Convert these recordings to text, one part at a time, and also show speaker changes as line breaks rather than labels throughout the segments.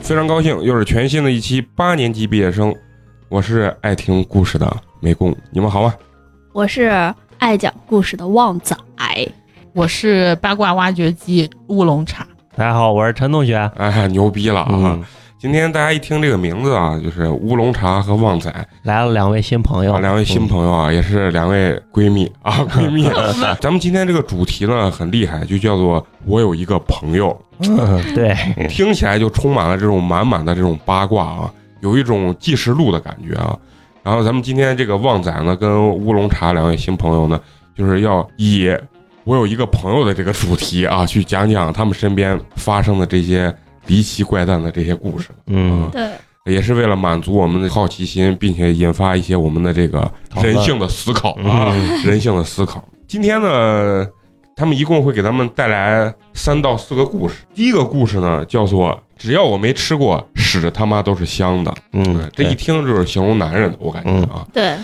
非常高兴，又是全新的一期八年级毕业生，我是爱听故事的美工，你们好啊吗？
我是爱讲故事的旺仔，
我是八卦挖掘机乌龙茶，
大家好，我是陈同学。
哎，牛逼了啊！
嗯，
今天大家一听这个名字啊，就是乌龙茶和旺仔
来了两位新朋友，
啊，两位新朋友啊，也是两位闺蜜啊，闺蜜。咱们今天这个主题呢很厉害，就叫做“我有一个朋友”。
友，嗯对，
听起来就充满了这种满满的这种八卦啊，有一种记实录的感觉啊。然后咱们今天这个旺仔呢，跟乌龙茶两位新朋友呢，就是要以我有一个朋友的这个主题啊，去讲讲他们身边发生的这些离奇怪诞的这些故事，
嗯，
对，
也是为了满足我们的好奇心，并且引发一些我们的这个
讨论
人性的思考啊，
嗯
人性的思考。今天呢，他们一共会给咱们带来三到四个故事。第一个故事呢，叫做“只要我没吃过屎，他妈都是香的”。
嗯，
这一听就是形容男人的，我感觉啊。
对，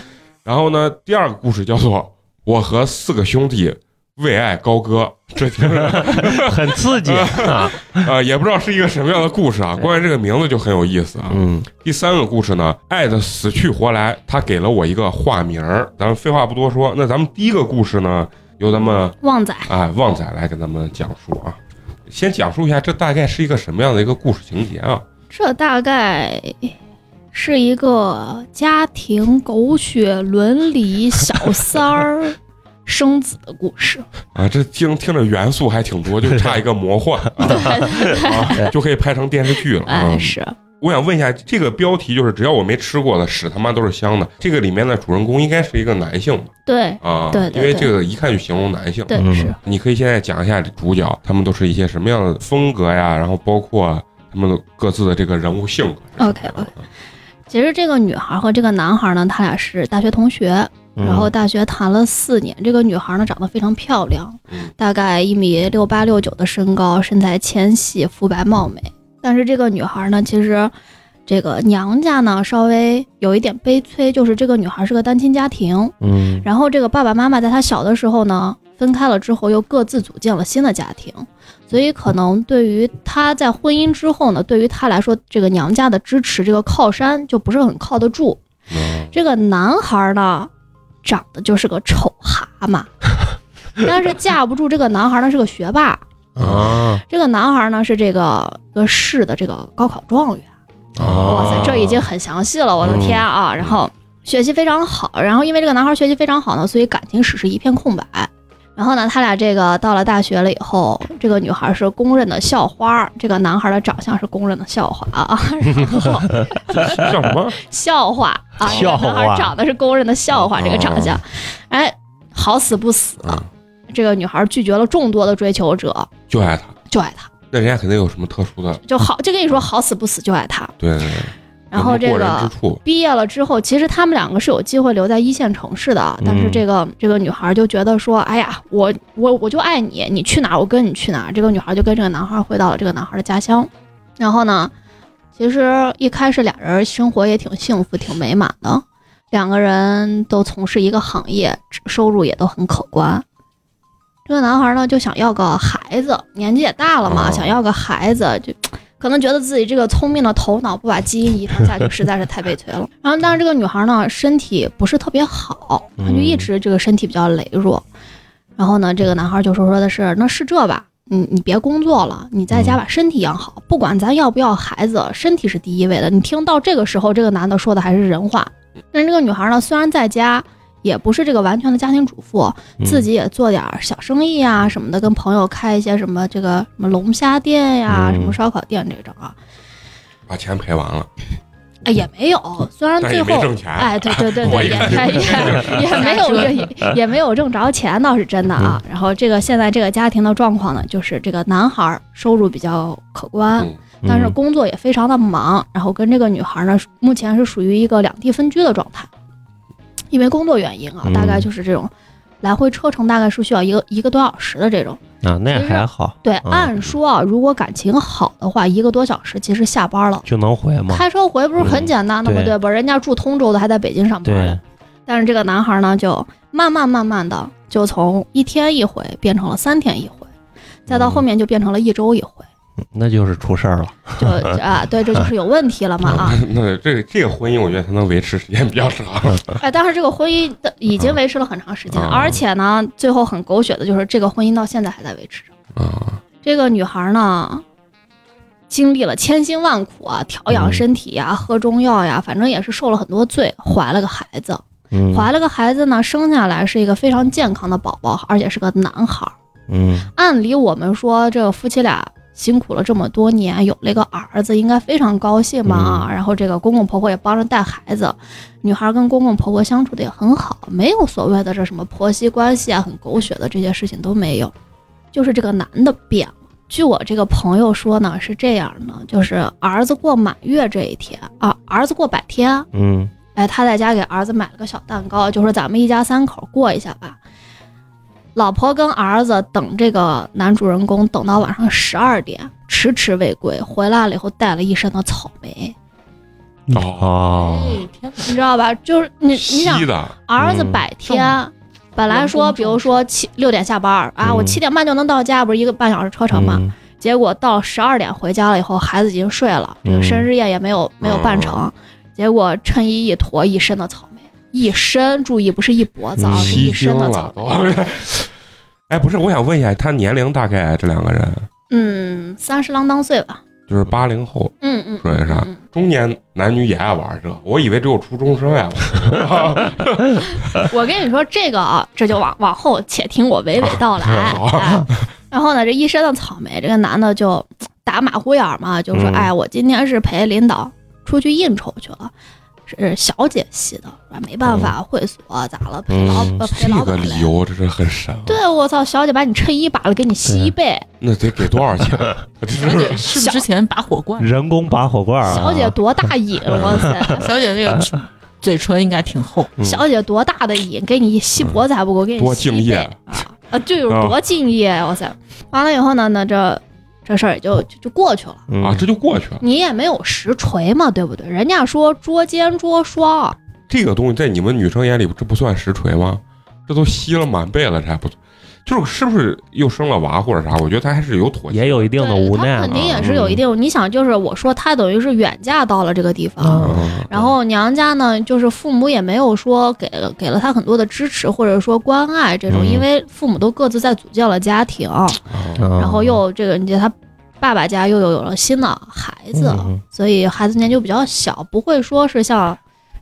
然后呢，第二个故事叫做“我和四个兄弟为爱高歌”，这听着
对很刺激啊，
啊，也不知道是一个什么样的故事啊。关于这个名字就很有意思啊。
嗯
第三个故事呢，爱的死去活来，他给了我一个化名儿。咱们废话不多说，那咱们第一个故事呢，由咱们
旺仔，
啊，旺仔来给咱们讲述啊。先讲述一下，这大概是一个什么样的一个故事情节啊？
这大概是一个家庭狗血伦理小三儿生子的故事，
啊，这听听着元素还挺多，就差一个魔 幻，
嗯
啊，就可以拍成电视剧了。啊
哎，。是
我想问一下，这个标题就是只要我没吃过的屎他妈都是香的，这个里面的主人公应该是一个男性吧
对，
啊，
对对
因为
对
这个一看就形容男性。
对，
嗯
是
你可以现在讲一下主角他们都是一些什么样的风格呀，然后包括他们的各自的这个人物性格是什么样的。
OK，OK 其实这个女孩和这个男孩呢，他俩是大学同学，
嗯
然后大学谈了四年。这个女孩呢，长得非常漂亮
嗯，
大概一米六八六九的身高，身材纤细，肤白貌美。但是这个女孩呢，其实这个娘家呢稍微有一点悲催，就是这个女孩是个单亲家庭，
嗯
然后这个爸爸妈妈在她小的时候呢分开了之后，又各自组建了新的家庭，所以可能对于她在婚姻之后呢，对于她来说，这个娘家的支持，这个靠山就不是很靠得住。
嗯
这个男孩呢，长得就是个丑蛤蟆，但是架不住这个男孩呢是个学霸，
啊
这个男孩呢是这个一个市的这个高考状元。
啊
哇塞，这已经很详细了，我的天啊！然后学习非常好，然后因为这个男孩学习非常好呢，所以感情史是一片空白。然后呢，他俩这个到了大学了以后，这个女孩是公认的校花，这个男孩的长相是公认的校花啊，然后
叫什么？
校花啊，这
校
个
花
男孩长得是公认的校花，
哦
这个长相，哎，好死不死，
嗯
这个女孩拒绝了众多的追求者，
就爱他。
就爱他，
那人家肯定有什么特殊的，
就好，就跟你说好死不死就爱他。
对对对，
然后这
有什么过
个
人之处，
毕业了之后，其实他们两个是有机会留在一线城市的啊，但是
嗯
这个、这个女孩就觉得说，哎呀，我我我就爱你，你去哪儿我跟你去哪儿。这个女孩就跟这个男孩回到了这个男孩的家乡，然后呢，其实一开始俩人生活也挺幸福，挺美满的，两个人都从事一个行业，收入也都很可观。这个男孩呢就想要个孩子，年纪也大了嘛，
哦
想要个孩子就。可能觉得自己这个聪明的头脑不把基因遗传下去，实在是太悲催了。然后，但是这个女孩呢，身体不是特别好，她就一直这个身体比较羸弱。然后呢，这个男孩就说说的是，那是这吧，你你别工作了，你在家把身体养好，不管咱要不要孩子，身体是第一位的。你听到这个时候，这个男的说的还是人话。但是这个女孩呢，虽然在家也不是这个完全的家庭主妇，
嗯
自己也做点儿小生意啊什么的，跟朋友开一些什么这个什么龙虾店呀、
嗯
什么烧烤店这种啊，
把钱赔完了，
哎也没有，虽然
但
最
也没
后。
挣钱。
哎，对对对
我
对，
一
也
看
也也没有也也没有挣着钱，倒是真的啊。
嗯
然后这个现在这个家庭的状况呢，就是这个男孩儿收入比较可观，
嗯
但是工作也非常的忙，然后跟这个女孩呢，目前是属于一个两地分居的状态，因为工作原因啊，
嗯
大概就是这种来回车程大概是需要一个一个多小时的这种。
啊，那也还好，
对，
嗯
按说啊，如果感情好的话，一个多小时其实下班了，
就能回吗？
开车回不是很简单的吗？
嗯对
对吧？人家住通州的还在北京上班
对
呢。，但是这个男孩呢，就慢慢慢慢的
嗯
就从一天一回变成了三天一回，再到后面就变成了一周一回。
那就是出事儿了。
就啊，对，这就是有问题了嘛啊！
那这个这个婚姻，我觉得它能维持时间比较长。
哎，但是这个婚姻的已
嗯
经维持了很长时间，
啊
而且呢，最后很狗血的就是这个婚姻到现在还在维持着。
啊，
这个女孩呢，经历了千辛万苦啊，调养身体呀、喝中药呀，反正也是受了很多罪，怀了个孩子。
嗯，
怀了个孩子呢，生下来是一个非常健康的宝宝，而且是个男孩儿。
嗯
按理我们说，这个夫妻俩辛苦了这么多年，有了一个儿子，应该非常高兴吧？啊、然后这个公公婆婆也帮着带孩子，女孩跟公公婆婆相处的也很好，没有所谓的这什么婆媳关系啊、很狗血的这些事情都没有。就是这个男的变了。据我这个朋友说呢，是这样的，就是儿子过满月这一天啊，儿子过百天，
嗯
哎，他在家给儿子买了个小蛋糕，就说咱们一家三口过一下吧。老婆跟儿子等这个男主人公等到晚上十二点，迟迟未归，回来了以后带了一身的草莓，
哦，
哦，
哎天哪！
你知道吧？就是 你你想啊
稀，的，
儿子
嗯
百天，本来
劳
说
动
比如说七六点下班儿啊，我
嗯
七点半就能到家，不是一个半小时车程吗？
嗯？
结果到十二点回家了以后，孩子已经睡了，这个
嗯
生日宴也没
哦
有没有办成，结果衬衣一坨，一身的草莓，一身，注意不是一脖子啊，
嗯
是一
吸
身
精
的草
了
莓，
都。 哎，不是，我想问一下，他年龄大概这两个人
嗯，三十郎当岁吧，
就是八零后，
嗯嗯，
说一啥
嗯？
中年男女也爱玩这，我以为只有初中生爱玩。
我跟你说这个啊，这就往往后且听我娓娓道来。
好
哎然后呢，这一身的草莓，这个男的就嘖打马虎眼儿嘛，就说：“
嗯
哎，我今天是陪领导出去应酬去了，是小姐系的，没办法，会所咋了？陪老、
嗯
呃陪
哦这
老
个
板
理
来。”
由真是很神啊。
对，我操，小姐把你衬衣扒了，给你吸一背。
那得给多 少钱？这
小
是
姐是不是之前拔火罐？
人工拔火罐儿啊，
小姐多大瘾，哇 塞！
小姐那个嘴唇应该挺厚，
嗯
小姐多大的瘾，给你一吸脖子还不够，给你
多
吸
敬
一
业
背啊！啊，就有多敬业，啊哇塞！完了以后呢，那这这事儿也就就就过去了，
嗯
啊，这就过去了。
你也没有实锤嘛，对不对？人家说捉奸捉啊双，
这个东西在你们女生眼里，这不算实锤吗？这都吸了满背了，这还不就是是不是又生了娃或者啥？我觉得他还是有妥协
也有一定
对
的无奈
他
了，
肯定也是有一
嗯
定。你想，就是我说他等于是远嫁到了这个地方。
嗯
啊
然后娘家呢，就是父母也没有说给了给了他很多的支持或者说关爱这种，
嗯
因为父母都各自在组建了家庭，
啊
嗯
然
哦
后又这个，你觉得他爸爸家又有有了新的孩子，
嗯
所以孩子年纪比较小，不会说是像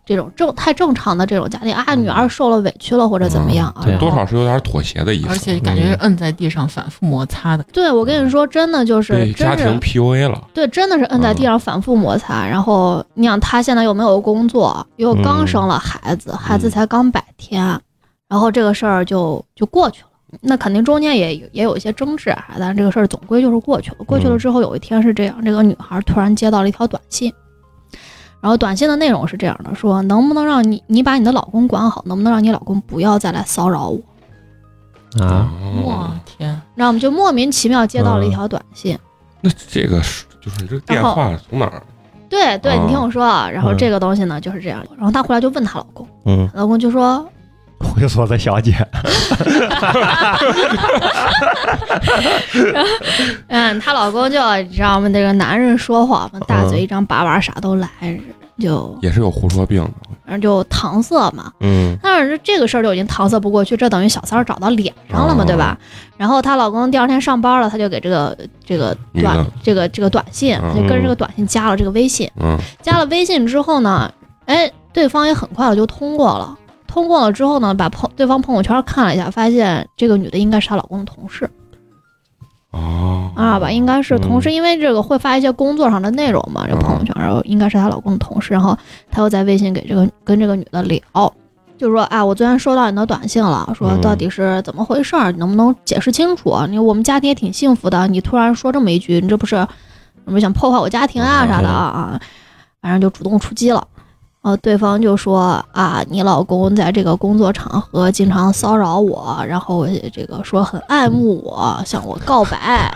这种正太正常的这种家庭啊，女儿受了委屈了或者怎么样啊
嗯嗯，对
然后
多少是有点妥协
嗯
的意思。
啊
而且感觉是摁在地上反复摩擦的。
对我跟你说，真的就是
被家
真
庭
是
PUA 了，
对，真的是摁在地上反复摩擦。然后你想，他现在又没有工作，又刚生了孩子，孩子才刚百天，然后这个事儿就就过去了。那肯定中间也有也有一些争执啊，但是这个事儿总归就是过去了。过去了之后，有一天是这样，这个女孩突然接到了一条短信，然后短信的内容是这样的：说能不能让你你把你的老公管好，能不能让你老公不要再来骚扰我？
啊，
哦
哇天，
然后我们就莫名其妙接到了一条短信。
那这个是就是你这个电话从哪儿？
对对，你听我说啊，然后
嗯
这个东西呢就是这样，然后她回来就问她老公，
嗯，
老公就说
会所的小姐，
嗯，她老公就你知道吗？这个男人说谎嘛，大嘴一张拔娃啥都来，就
也是有胡说病的，
反正就搿塞嘛。
嗯
但是这个事儿就已经搪塞不过去，这等于小三儿找到脸上了嘛，
哦
对吧？然后她老公第二天上班了，她就给这个这个
女的
短这个这个短信，
嗯
就跟这个短信加了这个微信，
嗯，
加了微信之后呢，哎，对方也很快的就通过了。通过了之后呢，把朋对方朋友圈看了一下，发现这个女的应该是她老公的同事。
哦
啊吧，应该是同事，因为这个会发一些工作上的内容嘛，这朋友圈，然后应该是她老公的同事，然后她又在微信给这个跟这个女的聊，就说啊，我昨天收到你的短信了，说
嗯
到底是怎么回事儿，你能不能解释清楚？啊你我们家庭也挺幸福的，你突然说这么一句，你这不是你不是想破坏我家庭啊啥的啊啊，反正就主动出击了。呃，对方就说啊，你老公在这个工作场合经常骚扰我，然后这个说很爱慕我，向我告 白。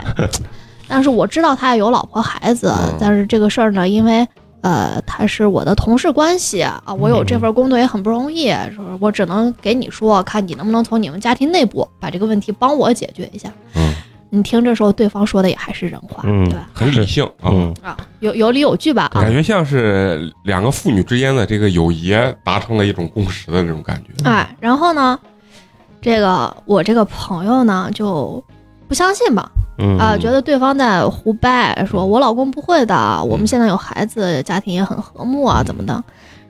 但是我知道他也有老婆孩子
嗯，
但是这个事儿呢，因为呃他是我的同事关系啊，我有
嗯
这份工作也很不容易，说我只能给你说，看你能不能从你们家庭内部把这个问题帮我解决一下。
嗯，
你听这时候对方说的也还是人话，
嗯
对吧？
很理性啊。
嗯，
啊，有有理有据吧啊
感觉像是两个父女之间的这个友谊达成了一种共识的那种感觉。
哎，然后呢，这个我这个朋友呢就不相信吧，
嗯
啊，觉得对方在胡掰，说我老公不会的，我们现在有孩子，家庭也很和睦
嗯
啊，怎么的？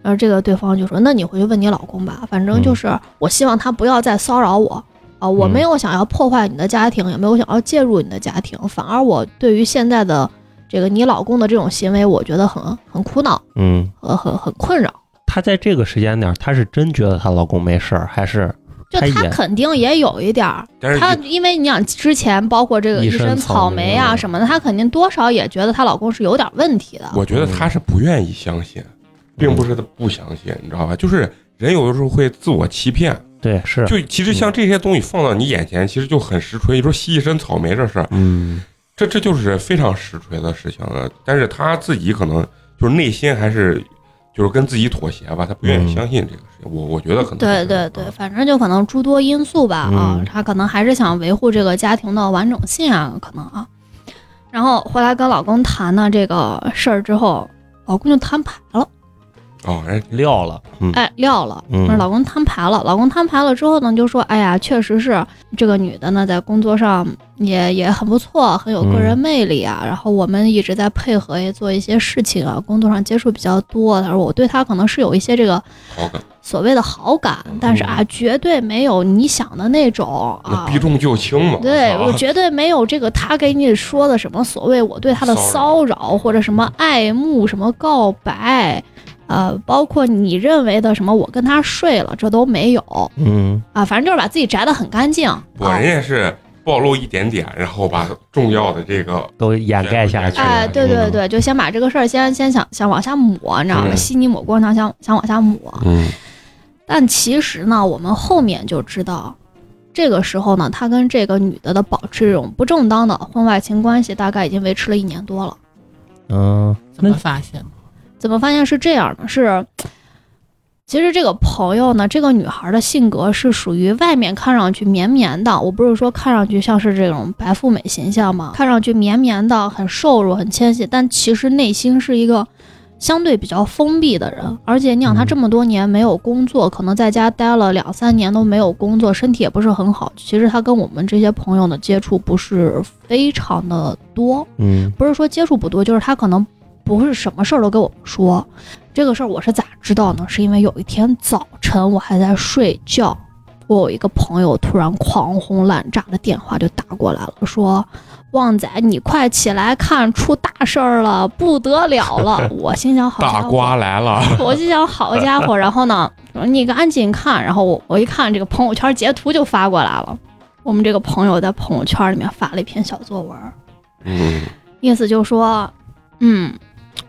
然后这个对方就说，那你回去问你老公吧，
嗯
反正就是我希望他不要再骚扰我。啊，我
嗯
没有想要破坏你的家庭，也没有想要介入你的家庭，反而我对于现在的这个你老公的这种行为，我觉得很很苦恼，
嗯，
呃，很很困扰。
她在这个时间点儿，她是真觉得她老公没事儿，还是
就
她
她
也
肯定也有一点儿，
但是
她因为你想之前包括这个
一
一
身
身
草
草
莓
莓啊
啊
什么的，她肯定多少也觉得她老公是有点问题的。
我觉得他是不愿意相信，并不是他不相信，你知道吧？就是人有的时候会自我欺骗。
对是，
就其实像这些东西放到你眼前，
嗯
其实就很实锤。你说吸一身草莓这事儿，
嗯
这这就是非常实锤的事情了。但是他自己可能就是内心还是就是跟自己妥协吧，他不愿意
嗯
相信这个事情。我我觉得可能
对
是这
对
样
对
啊，
反正就可能诸多因素吧啊
嗯，
她可能还是想维护这个家庭的完整性啊，可能啊。然后后来跟老公谈了这个事儿之后，老公就摊牌了，
哦，人家
撂了，嗯
哎，撂了。
嗯
那老公摊牌了，老公摊牌了之后呢，就说：“哎呀，确实是这个女的呢，在工作上也也很不错，很有个人魅力啊。
嗯
然后我们一直在配合也做一些事情啊，工作上接触比较多。他说我对她可能是有一些这个
好感，嗯
所谓的好感，但是啊，绝对没有你想的那种
那
啊
避。”重就轻嘛。
对，
啊
我绝对没有这个他给你说的什么所谓我对他的
骚
骚扰或者什么爱慕、什么告白，呃，包括你认为的什么我跟他睡了，这都没有。
嗯
啊，反正就是把自己摘得很干净。
我
啊
人家是暴露一点点，然后把重要的这个
都掩盖下去了，
哎，对对
嗯，
对，就先把这个事儿先先想想往下抹，你知道吗？
嗯
稀泥抹光想想想往下抹。
嗯
但其实呢，我们后面就知道，这个时候呢，他跟这个女的的保持这种不正当的婚外情关系，大概已经维持了一年多了。
嗯，
怎么
那
发现的？
怎么发现是这样呢？是，其实这个朋友呢，这个女孩的性格是属于外面看上去绵绵的，我不是说看上去像是这种白富美形象嘛，看上去绵绵的，很瘦弱，很纤细，但其实内心是一个。相对比较封闭的人，而且你想，她这么多年没有工作，可能在家待了两三年都没有工作，身体也不是很好。其实她跟我们这些朋友的接触不是非常的多，
嗯
不是说接触不多，就是他可能不是什么事儿都跟我们说。这个事儿我是咋知道呢？是因为有一天早晨我还在睡觉，我有一个朋友突然狂轰滥炸的电话就打过来了，说：“旺仔，你快起来看，出大事儿了，不得了 了！”我心想好家
大
伙，
瓜来了，
我心想好家伙，然后呢，我说你赶紧看，然后我我一看这个朋友圈截图就发过来了，我们这个朋友在朋友圈里面发了一篇小作文。
嗯，
意思就说，嗯，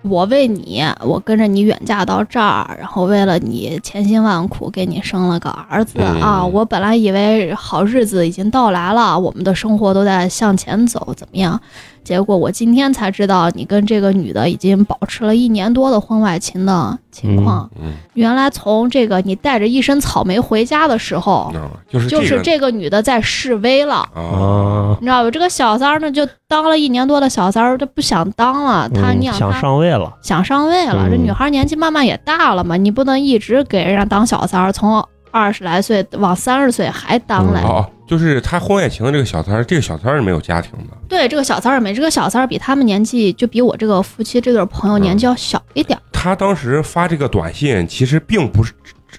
我为你，我跟着你远嫁到这儿，然后为了你千辛万苦给你生了个儿子、
嗯
啊！我本来以为好日子已经到来了，我们的生活都在向前走，怎么样？结果我今天才知道，你跟这个女的已经保持了一年多的婚外情的情况。
嗯嗯
原来从这个你带着一身草莓回家的时候
你，知道吗？嗯啊就是
哦就
这
是
个
这个女的在示威了。
啊，
啊，
你知道吧？这个小三儿呢，就当了一年多的小三儿，他不想当了。他，
嗯
你想
想
他
上位了，
想上位了，
嗯
这女孩年纪慢慢也大了嘛，你不能一直给人家当小三儿，从二十来岁往三十岁还当来。
嗯
哦，就是他婚外情的这个小三儿，这个小三儿是没有家庭的，
对，这个小三儿也没，这个小三儿比他们年纪就比我这个夫妻这对朋友
嗯
年纪要小一点儿。
他当时发这个短信，其实并不是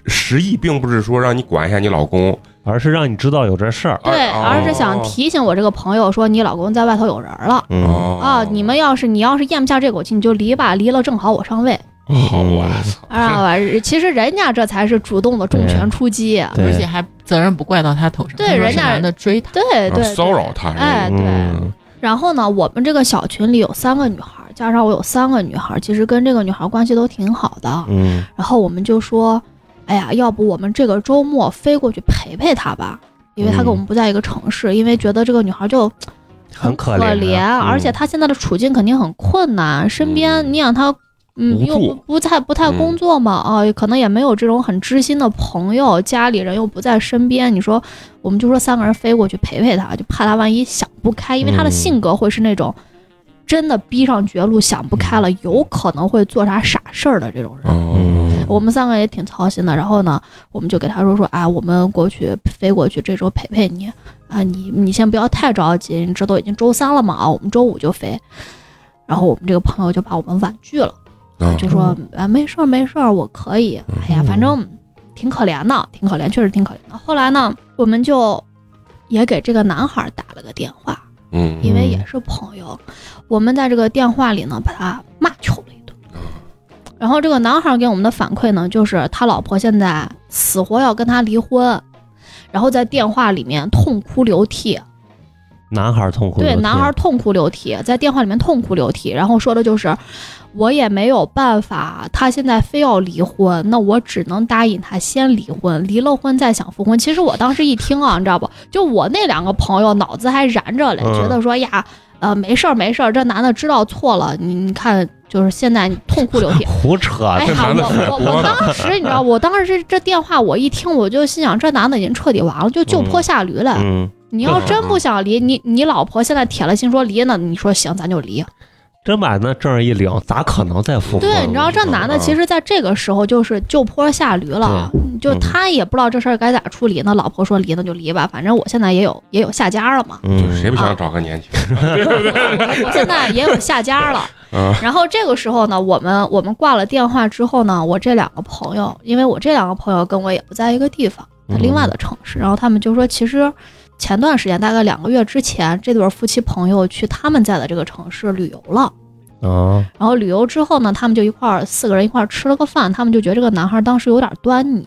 实意，并不是说让你管一下你老公，哦
而是让你知道有这事儿，
对，而是
哦
想提醒我这个朋友说，你老公在外头有人了。
嗯
哦
啊！你们要是你要是咽不下这口气，你就离吧，离了正好我上 位。
哦
嗯
好我操，
啊，完其实人家这才是主动的重拳出击。
对
而且还责任不怪到他头上，
对
他说
人
是
家
男的追他，
对
啊
对对，
骚扰他，
哎对
嗯
然后呢，我们这个小群里有三个女孩，加上我有三个女孩，其实跟这个女孩关系都挺好的。
嗯
然后我们就说，哎呀，要不我们这个周末飞过去陪陪她吧，因为她跟我们不在一个城市，因为觉得这个女孩就
很
可
怜啊，嗯
而且她现在的处境肯定很困难，身边
嗯
你想她嗯，
无
又
助
不不太不太
嗯
工作嘛，啊，可能也没有这种很知心的朋友，家里人又不在身边，你说我们就说三个人飞过去陪陪他，就怕他万一想不开，因为他的
嗯
性格会是那种真的逼上绝路想不开了，有可能会做啥傻事儿的这种人。
哦，
嗯，
我们三个也挺操心的，然后呢，我们就给他说说啊，我们过去飞过去这周陪陪你啊，你你先不要太着急，你这都已经周三了嘛啊，我们周五就飞。然后我们这个朋友就把我们婉拒了，
啊
就说啊没事儿没事儿，我可以。哎呀，
嗯
反正挺可怜的，哎挺可怜，确实挺可怜的。后来呢，我们就也给这个男孩打了个电话，
嗯
因为也是朋友，我们在这个电话里呢把他骂求了一顿。
嗯
然后这个男孩给我们的反馈呢，就是他老婆现在死活要跟他离婚，然后在电话里面痛哭流涕，
男孩儿痛苦流
对，
涕，
男孩痛哭流涕，在电话里面痛哭流涕，然后说的就是我也没有办法，他现在非要离婚，那我只能答应他先离婚，离了婚再想复婚。其实我当时一听啊，你知道不？就我那两个朋友脑子还燃着嘞，
嗯。
觉得说呀，呃，没事儿没事儿，这男的知道错了，你你看就是现在痛哭流涕
胡扯，
哎
这
呀
男，的
我我我当时你知道，我当时这电话我一听，我就心想，这男的已经彻底完了，就就坡下驴了。
嗯，
你要真不想离，你你老婆现在铁了心说离呢，你说行，咱就离。
真把那证儿一领，咋可能再复婚？
对，你知道这男的其实在这个时候就是就坡下驴了，就他也不知道这事儿该咋处理。那老婆说离那就离吧，反正我现在也有也有下家了嘛，
就
嗯，
谁不想找个年轻人
我现在也有下家了。
啊？
然后这个时候呢，我们我们挂了电话之后呢，我这两个朋友，因为我这两个朋友跟我也不在一个地方，在另
嗯
外的城市，然后他们就说，其实前段时间大概两个月之前，这对夫妻朋友去他们在的这个城市旅游了。
啊，
然后旅游之后呢，他们就一块儿四个人一块儿吃了个饭，他们就觉得这个男孩当时有点端倪。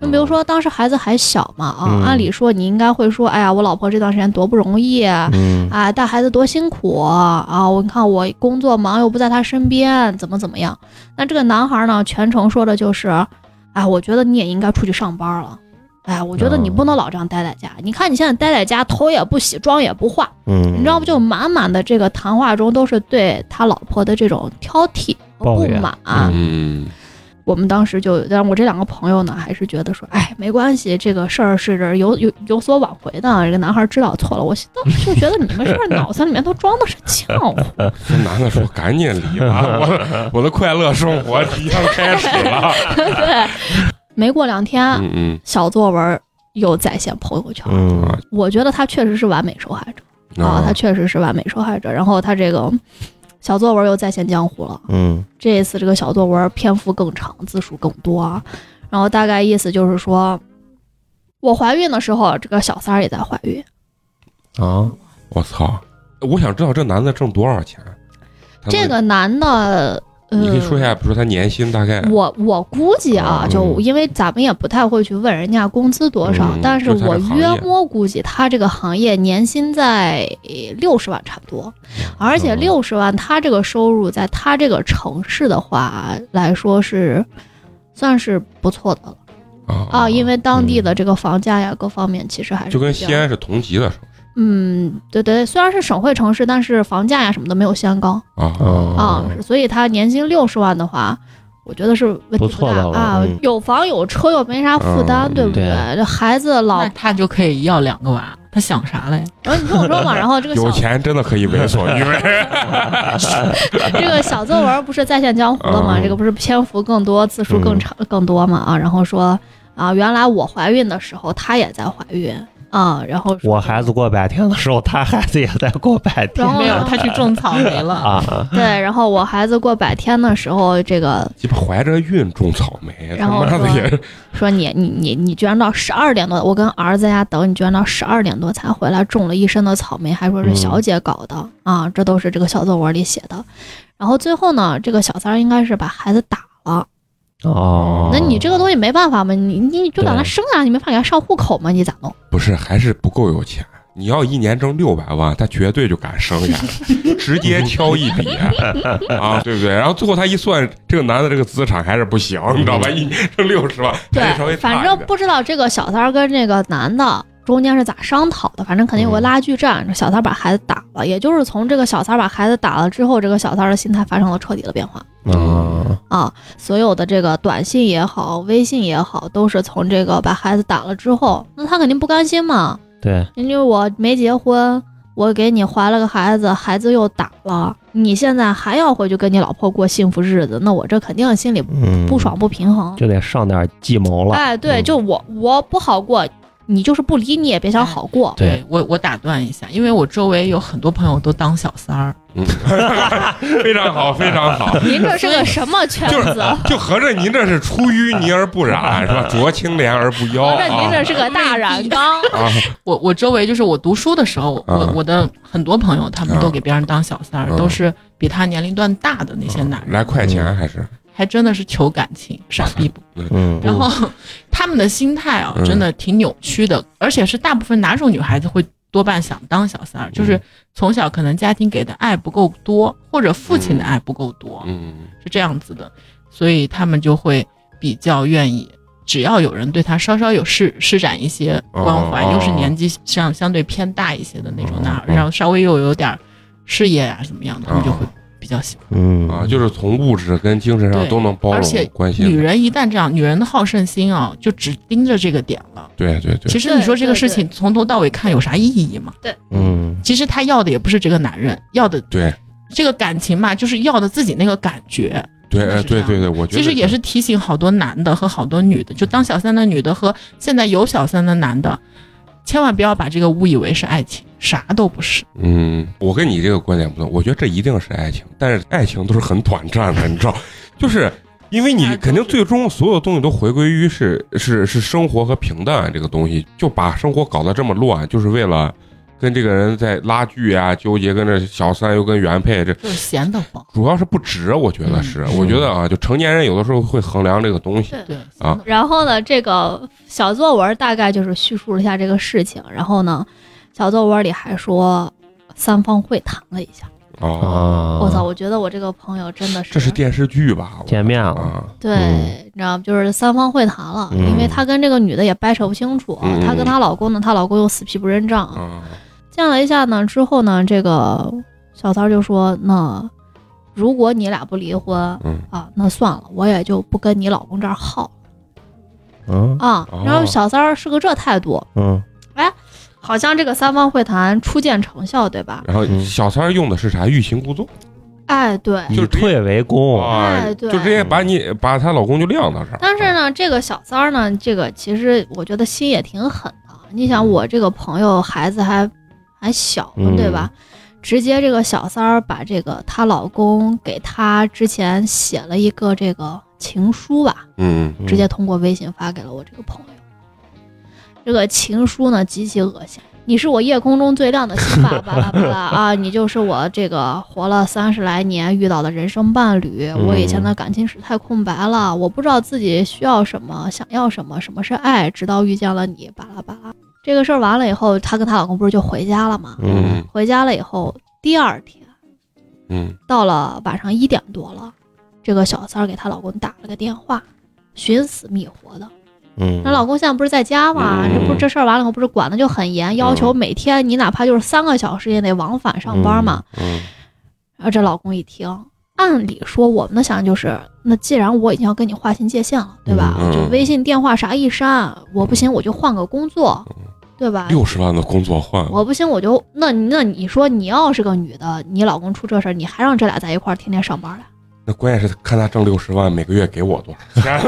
就比如说，当时孩子还小嘛啊，
嗯
按理说你应该会说，哎呀，我老婆这段时间多不容易啊，
嗯
啊，带孩子多辛苦啊！啊我你看我工作忙又不在他身边，怎么怎么样？那这个男孩呢，全程说的就是，哎，我觉得你也应该出去上班了。哎，我觉得你
嗯
不能老这样待在家。你看你现在待在家，头也不洗，妆也不化，
嗯，
你知道不？就满满的这个谈话中都是对他老婆的这种挑剔和
抱
不
怨
满。啊
嗯，
我们当时就，但我这两个朋友呢，还是觉得说，哎，没关系，这个事儿是有有有所挽回的。这个男孩知道错了，我当时就觉得你们是不是脑子里面都装的是浆糊？
这男的说赶紧离吧，我 的我的快乐生活即将开始了。
对，没过两天，
嗯嗯啊
小作文又再现朋友圈。
嗯，
我觉得他确实是完美受害者啊，他确实是完美受害者。然后他这个小作文又再现江湖了。
嗯
这一次这个小作文篇幅更长，字数更多，啊，然后大概意思就是说，我怀孕的时候，这个小三儿也在怀孕，
啊，
我操！我想知道这男的挣多少钱？他能
这个男的，呃，
你可以说一下，比如说他年薪大概
我我估计啊，
嗯
就因为咱们也不太会去问人家工资多少，
嗯
但是
就是他
我
这行业
约摸估计他这个行业年薪在六十万差不多，而且
嗯
六十万他这个收入在他这个城市的话来说是算是不错的了
啊
啊，因为当地的这个房价呀各方面其实还是
嗯就跟
比较
西安是同级的城市
嗯对对，虽然是省会城市，但是房价呀什么的没有西安高。
啊
哦
啊，是所以他年薪六十万的话，我觉得是问
不
题
错
大
的了
啊，
嗯
有房有车又没啥负担，
嗯
对不对？
对
这孩子老
那，他就可以要两个娃，他想啥嘞？
然后你听我说 嘛，然后这个
有
小
钱真的可以为所欲为。
这个小作文不是再现江湖了嘛？
嗯
这个不是篇幅更多，字数更长、更多嘛？
嗯
啊，然后说啊，原来我怀孕的时候，她也在怀孕啊，然后说
我孩子过百天的时候，他孩子也在过百天
然后
没有，他去种草莓了。
啊，
对，然后我孩子过百天的时候，这个
鸡巴怀着孕种草莓，他
然后
妈的
说
也
说你你你你居然到十二点多，我跟儿子在家等你，居然到十二点多才回来，种了一身的草莓，还说是
嗯
小姐搞的、啊，这都是这个小作文里写的。然后最后呢，这个小三儿应该是把孩子打了，
哦，
那你这个东西没办法嘛，你你你就把他
对
生下来，你没法给他上户口嘛，你咋弄？
不是，还是不够有钱。你要一年挣六百万，他绝对就敢生 下来，直接挑一笔啊，对不对？然后最后他一算，这个男的这个资产还是不
嗯
行，你知道吧？一年挣六十万，还得稍微差
对，
一
反
点
正不知道这个小三儿跟这个男的中间是咋商讨的，反正肯定有个
嗯
拉锯战，小三儿把孩子打了，也就是从这个小三儿把孩子打了之后，这个小三儿的心态发生了彻底的变化
啊，
啊，所有的这个短信也好，微信也好，都是从这个把孩子打了之后，那他肯定不甘心嘛，
对，
因为我没结婚，我给你怀了个孩子，孩子又打了，你现在还要回去跟你老婆过幸福日子，那我这肯定心里
嗯，
不爽不平衡。
就得上点计谋了。
哎，对，
嗯
就我我不好过，你就是不理你也别想好过。
对
我，我打断一下，因为我周围有很多朋友都当小三儿，
嗯，非常好，非常 好。
哎您这是个什么圈
就是
子？
哦
就合着您这是出淤泥而不染，是吧？濯清涟而不妖
合
哦
着您
啊
这是个大染缸。
啊！
我我周围就是我读书的时候，我
啊
我的很多朋友他们都给别人当小三儿，
啊
都是比他年龄段大的那些男人，
来快钱还是
还真的是求感情，傻逼不？
嗯，
然后他们的心态啊，
啊哦嗯
真的挺扭曲的，而且是大部分哪种女孩子会多半想当小三儿，
嗯
就是从小可能家庭给的爱不够多，或者父亲的爱不够多，
嗯
是这样子的，所以他们就会比较愿意。只要有人对他稍稍有施施展一些关怀，
哦
又是年纪上相对偏大一些的那种
嗯
男
嗯
孩，然后稍微又有点事业啊怎么样的，他们就会
哦
比较喜欢。
嗯
啊，就是从物质跟精神上
对
都能包
而且
容关
女
心的，
人一旦这样，女人的好胜心啊，就只盯着这个点了。
对对对，
其实你说这个事情从头到尾看有啥意义吗？
嗯
其实他要的也不是这个男人，要的
对
这个感情嘛，就是要的自己那个感觉。
对
真的
哎
是
对对对，我觉得
其实也是提醒好多男的和好多女的，就当小三的女的和现在有小三的男的，千万不要把这个误以为是爱情，啥都不是。
嗯，我跟你这个观点不同，我觉得这一定是爱情，但是爱情都是很短暂的，你知道，就是因为你肯定最终所有东西都回归于是是是生活和平淡这个东西，就把生活搞得这么乱，就是为了跟这个人在拉锯啊、纠结，跟这小三又跟原配这。
就是闲得慌，
主要是不值，我觉得是，
嗯
我觉得啊，就成年人有的时候会衡量这个东西，
对
啊，
然后呢，这个小作文大概就是叙述了一下这个事情。然后呢，小作文里还说三方会谈了一下。
啊，
啊，
我操、，我觉得我这个朋友真的是
这是电视剧吧？我
见面了，
啊，
对，你知道吗？就是三方会谈了，
嗯
因为她跟这个女的也掰扯不清楚，
嗯
她跟她老公呢，她老公又死皮不认账。
啊，
见了一下呢，之后呢，这个小三儿就说：“那如果你俩不离婚
嗯
啊，那算了，我也就不跟你老公这儿耗
嗯
啊。
哦
然后小三儿是个这态度，
嗯
好像这个三方会谈初见成效，对吧？
然后
嗯
小三儿用的是啥？欲擒故纵。
哎，对。
啊就
以
是这
退为攻，
啊，
哎对
就直接把你把她老公就晾到这儿。
但是呢，这个小三儿呢，这个其实我觉得心也挺狠的。啊你想，我这个朋友孩子还还小呢，
嗯
对吧？直接这个小三儿把这个她老公给她之前写了一个这个情书吧，
嗯，
嗯
直接通过微信发给了我这个朋友。这个情书呢极其恶心，你是我夜空中最亮的星吧，巴拉巴拉啊！你就是我这个活了三十来年遇到的人生伴侣。我以前的感情史太空白了，我不知道自己需要什么，想要什么，什么是爱，直到遇见了你，巴拉巴拉。这个事儿完了以后，她跟她老公不是就回家了吗？
嗯
嗯
回家了以后，第二天
嗯
到了晚上一点多了，这个小三儿给她老公打了个电话，寻死觅活的。
嗯，
那老公现在不是在家嘛？
嗯
这不是这事儿完了以后，不是管的就很严，要求每天你哪怕就是三个小时也得往返上班嘛。
嗯
然后这老公一听，按理说我们的想法就是，那既然我已经要跟你划清界限了，对吧？
嗯嗯
就微信、电话啥一删，我不行我就换个工作，
嗯
对吧？
六十万的工作换
我不行我就那那你说你要是个女的，你老公出这事儿，你还让这俩在一块儿天天上班来？
那关键是看他挣六十万，每个月给我多少钱，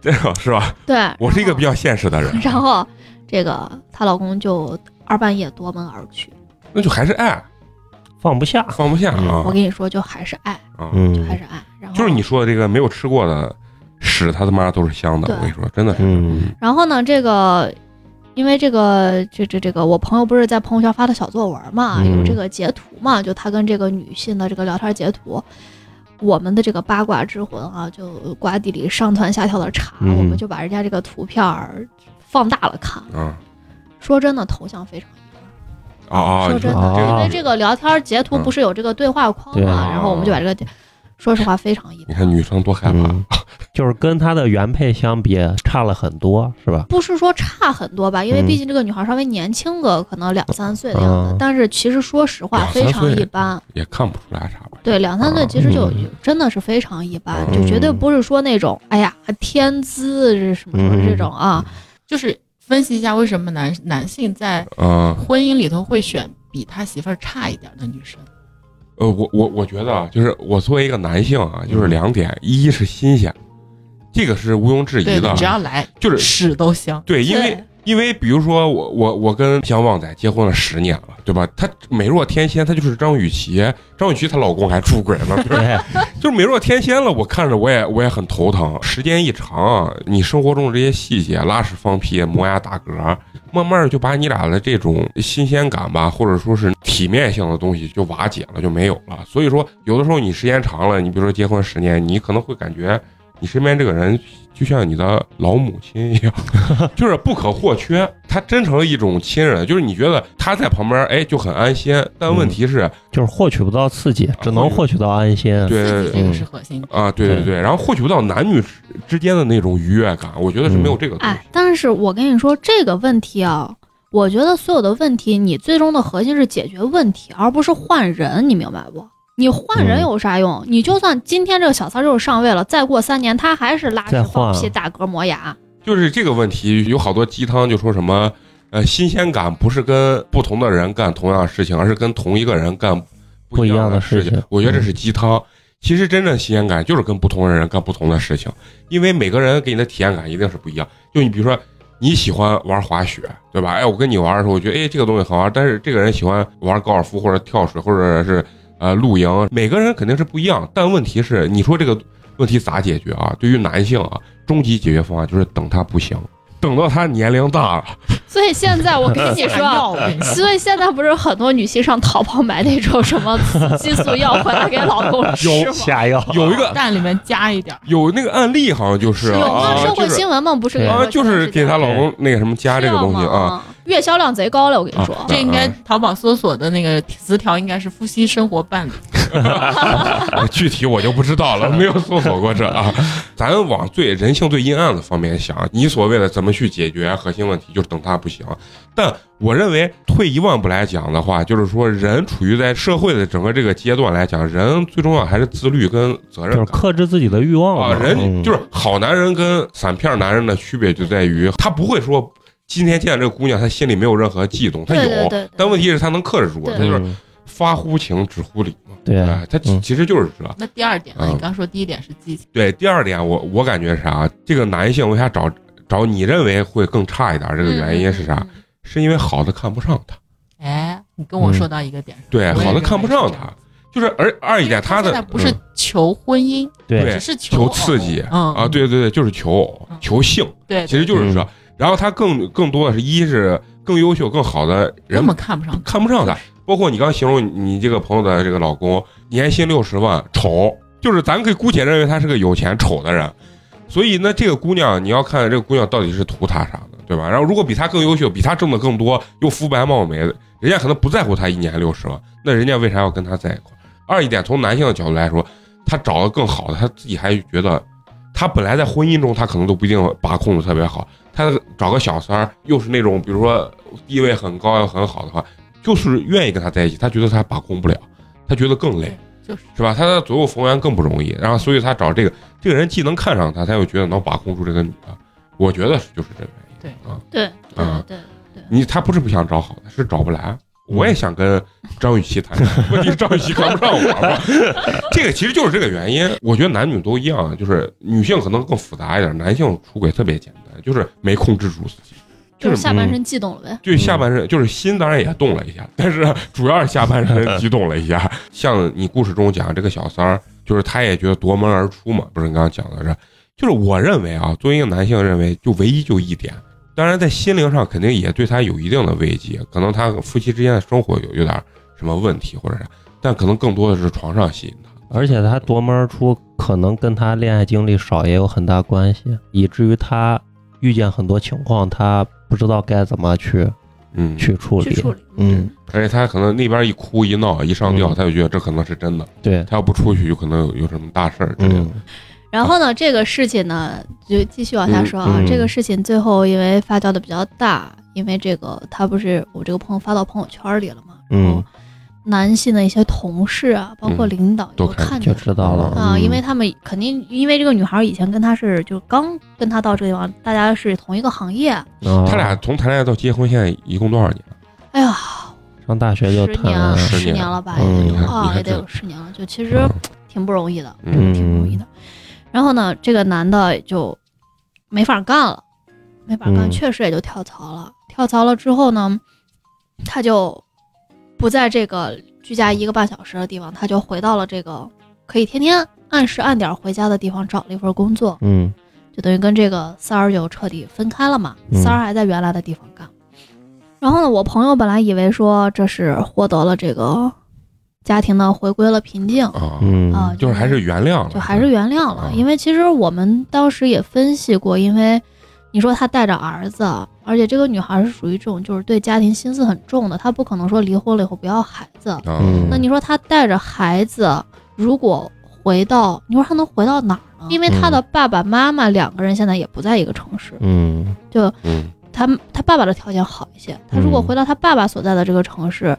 这个是吧？
对，
我是一个
然后
比较现实的人，
然后这个她老公就二半夜夺门而去。
那就还是爱，
放不下，
放不下啊
嗯我跟你说，就还是爱。
啊！
嗯
还是爱。然后
就是你，说的这个没有吃过的屎，他他妈都是香的。
对
我跟你说，真的是，
嗯
然后呢，这个因为这个这这这个，我朋友不是在朋友圈发的小作文嘛，
嗯
有这个截图嘛，就他跟这个女性的这个聊天截图。我们的这个八卦之魂啊，就瓜地里上蹿下跳的查，
嗯
我们就把人家这个图片儿放大了看。
啊
说真的，头像非常一般。
啊啊！
说
你
真
说
的，
啊
这
因为
个，
这个聊天截图不是有这个对话框
嗯对
嘛，
啊哦
然后我们就把这个，说实话非常一般。
你看女生多害怕，
嗯， 就是跟她的原配相比差了很多，是 吧？
不是说差很多吧，因为
嗯
毕竟这个女孩稍微年轻个，可能两三岁的样子。
嗯
但是其实说实话，
两三
非常
岁
一般。
也看不出来啥吧。
对，两三岁其实就、
嗯
就真的是非常一般，
嗯
就绝对不是说那种哎呀天资是什么什么这种啊。
嗯
就是分析一下为什么男男性在
嗯，
婚姻里头会选比他媳妇儿差一点的女生。
呃，我我我觉得啊，就是我作为一个男性啊，就是两点，一是新鲜，这个是毋庸置
对
疑的
你只，要来
啊就是
屎都香。
对，因为
对
因为比如说我我我跟像旺仔结婚了十年了，对吧？她美若天仙，她就是张雨绮，张雨绮她老公还出轨了，对吧
对，
就是美若天仙了，我看着我也我也很头疼。时间一长啊，你生活中的这些细节，拉屎放屁、磨牙打嗝，慢慢地就把你俩的这种新鲜感吧，或者说是体面性的东西就瓦解了，就没有了。所以说，有的时候你时间长了，你比如说结婚十年，你可能会感觉你身边这个人就像你的老母亲一样， 就是不可或缺。他真成了一种亲人，就是你觉得他在旁边，哎，就很安心。但问题是，
就是获取不到刺激，只能获取到安心。
对
自己这个是核心。
啊，对对
对
对，然后获取不到男女之之间的那种愉悦感，我觉得是没有这个东西。
哎，但是我跟你说这个问题啊，我觉得所有的问题，你最终的核心是解决问题，而不是换人，你明白不？你换人
嗯
有啥用？你就算今天这个小三儿又上位了，再过三年他还是拉
再
屎放
换啊
屁、打嗝、磨牙。
就是这个问题，有好多鸡汤就说什么，呃，新鲜感不是跟不同的人干同样的事情，而是跟同一个人干
不一
一样
样的
事
事情
我觉得这是鸡汤。其实真正新鲜感就是跟不同的人干不同的事情，因为每个人给你的体验感一定是不一样。就你比如说。你喜欢玩滑雪，对吧？哎，我跟你玩的时候，我觉得哎这个东西好玩，但是这个人喜欢玩高尔夫或者跳水或者是呃露营，每个人肯定是不一样。但问题是，你说这个问题咋解决啊？对于男性啊，终极解决方案就是等他不行，等到他年龄大了，
所以现在我跟 你说啊，
我跟你说
所以现在不是很多女性上淘宝买那种什 么雌激素药回来给老公吃吗？
下药
有一个
蛋里面加一点儿，
有那个案例，好像就是
有
啊
吗？，社会
就是
新闻吗？不是
对
有
啊，
个
就是给她老公那个什么加
是
这个
要
东西
吗
啊，，
月销量贼高了，我跟你说。
这应该淘宝搜索的那个词条应该是夫妻生活伴侣。
啊 具体我就不知道 了，没有搜索过这啊。咱往最人性最阴暗的方面想，你所谓的怎么去解决核心问题，就是等他不行。但我认为退一万步来讲的话，就是说人处于在社会的整个这个阶段来讲，人最重要还是自律跟责任
就是
感。
克制自己的欲望
啊，
嘛
人
嗯
就是好男人跟散片男人的区别就在于，他不会说今天见这个姑娘，他心里没有任何悸动，他
对对
有，
对，
但问题是他能克制住，
对
他就是
嗯
发乎情止乎礼嘛。
对
哎，他
嗯
其实就是这。
那第二点呢？
嗯
你刚说第一点是激情，
对，第二点我我感觉是啥？这个男性为啥找找你认为会更差一点？这个原因是
嗯
啥？是因为好的看不上他，
哎，你跟我说到一个点上，
对，
我也
好的
认为
看不
是
上
这样
他，就是而二一
因为
点他的
现在不是
嗯
求婚姻，
对
对，
只是求
求
偶
刺激
嗯
啊，对对对，就是求偶
嗯
求性。
对，
其实就是这
嗯。
然后他更更多的是一是更优秀、更好的人
根本看不上。
看不上他，包括你刚形容你你这个朋友的这个老公，年薪六十万，丑，就是咱可以姑且认为他是个有钱丑的人。所以呢，这个姑娘你要看这个姑娘到底是图他啥的，对吧？然后如果比他更优秀，比他挣的更多，又肤白貌美，人家可能不在乎他一年六十万，那人家为啥要跟他在一块儿？二一点，从男性的角度来说，他找的更好的，他自己还觉得，他本来在婚姻中他可能都不一定把控的特别好，他找个小三儿，又是那种比如说地位很高又很好的话，就是愿意跟他在一起，他觉得他把控不了，他觉得更累，
就是
是吧？他的左右逢源更不容易，然后所以他找这个这个人既能看上他，他又觉得能把控住这个女的，我觉得是就是这个原因。
对对
嗯
对，
你他不是不想找好的，是找不来。
嗯
我也想跟张雨绮谈，恋爱，问题是张雨绮看不上我嘛。这个其实就是这个原因。我觉得男女都一样，就是女性可能更复杂一点，男性出轨特别简单，就是没控制住自己。
就
就是嗯
是下半身悸动了呗。
就下
嗯
半身，就是心当然也动了一下，但是主要是下半 身激动了一下。像你故事中讲这个小三儿，就是他也觉得夺门而出嘛，不是你刚刚讲的是，就是我认为啊，作为一个男性认为，就唯一就一点，当然在心灵上肯定也对他有一定的慰藉，可能他夫妻之间的生活有有点什么问题或者啥，但可能更多的是床上吸引他。
而且他夺门而出，可能跟他恋爱经历少也有很大关系，以至于他遇见很多情况，他不知道该怎么去
嗯，
去处
去
理。
处理，
嗯，
而且他可能那边一哭一闹一上吊，
嗯
他就觉得这可能是真的，
对，
他要不出去有可能有有什么大事儿之类的。
嗯，
然后呢，这个事情呢，就继续往下说啊。
嗯嗯
这个事情最后因为发酵的比较大，因为这个他不是我这个朋友发到朋友圈里了嘛，然后
嗯，
男性的一些同事啊，包括
嗯
领导
都
都
看
看
就
见
知道了
啊，
嗯
因为他们肯定因为这个女孩以前跟他是就刚跟他到这个地方，大家是同一个行业。
啊
他俩从谈恋爱到结婚，现在一共多少年？
哎呀，
上大学就
十
谈
年啊
了，
十
十
年
年了吧，
嗯
也
你
就
看你
啊
看
也得
这
有十年了，就其实
嗯
挺不容易的，
嗯
挺不容易的。然后呢，这个男的就没法干了，没法干，
嗯
确实也就跳槽了。跳槽了之后呢，他就不在这个居家一个半小时的地方，他就回到了这个可以天天按时按点回家的地方，找了一份工作，
嗯
就等于跟这个三儿就彻底分开了嘛。
嗯
三儿还在原来的地方干。然后呢，我朋友本来以为说这是获得了这个家庭的回归了平静啊、
啊，
嗯
就是还是原谅了，
就还是原谅了
啊，
因为其实我们当时也分析过，因为你说他带着儿子，而且这个女孩是属于这种就是对家庭心思很重的，她不可能说离婚了以后不要孩子。
啊，
嗯
那你说她带着孩子，如果回到，你说她能回到哪儿呢？因为她的爸爸妈妈两个人现在也不在一个城市，
嗯
嗯
她她爸爸的条件好一些，她如果
嗯
回到她爸爸所在的这个城市，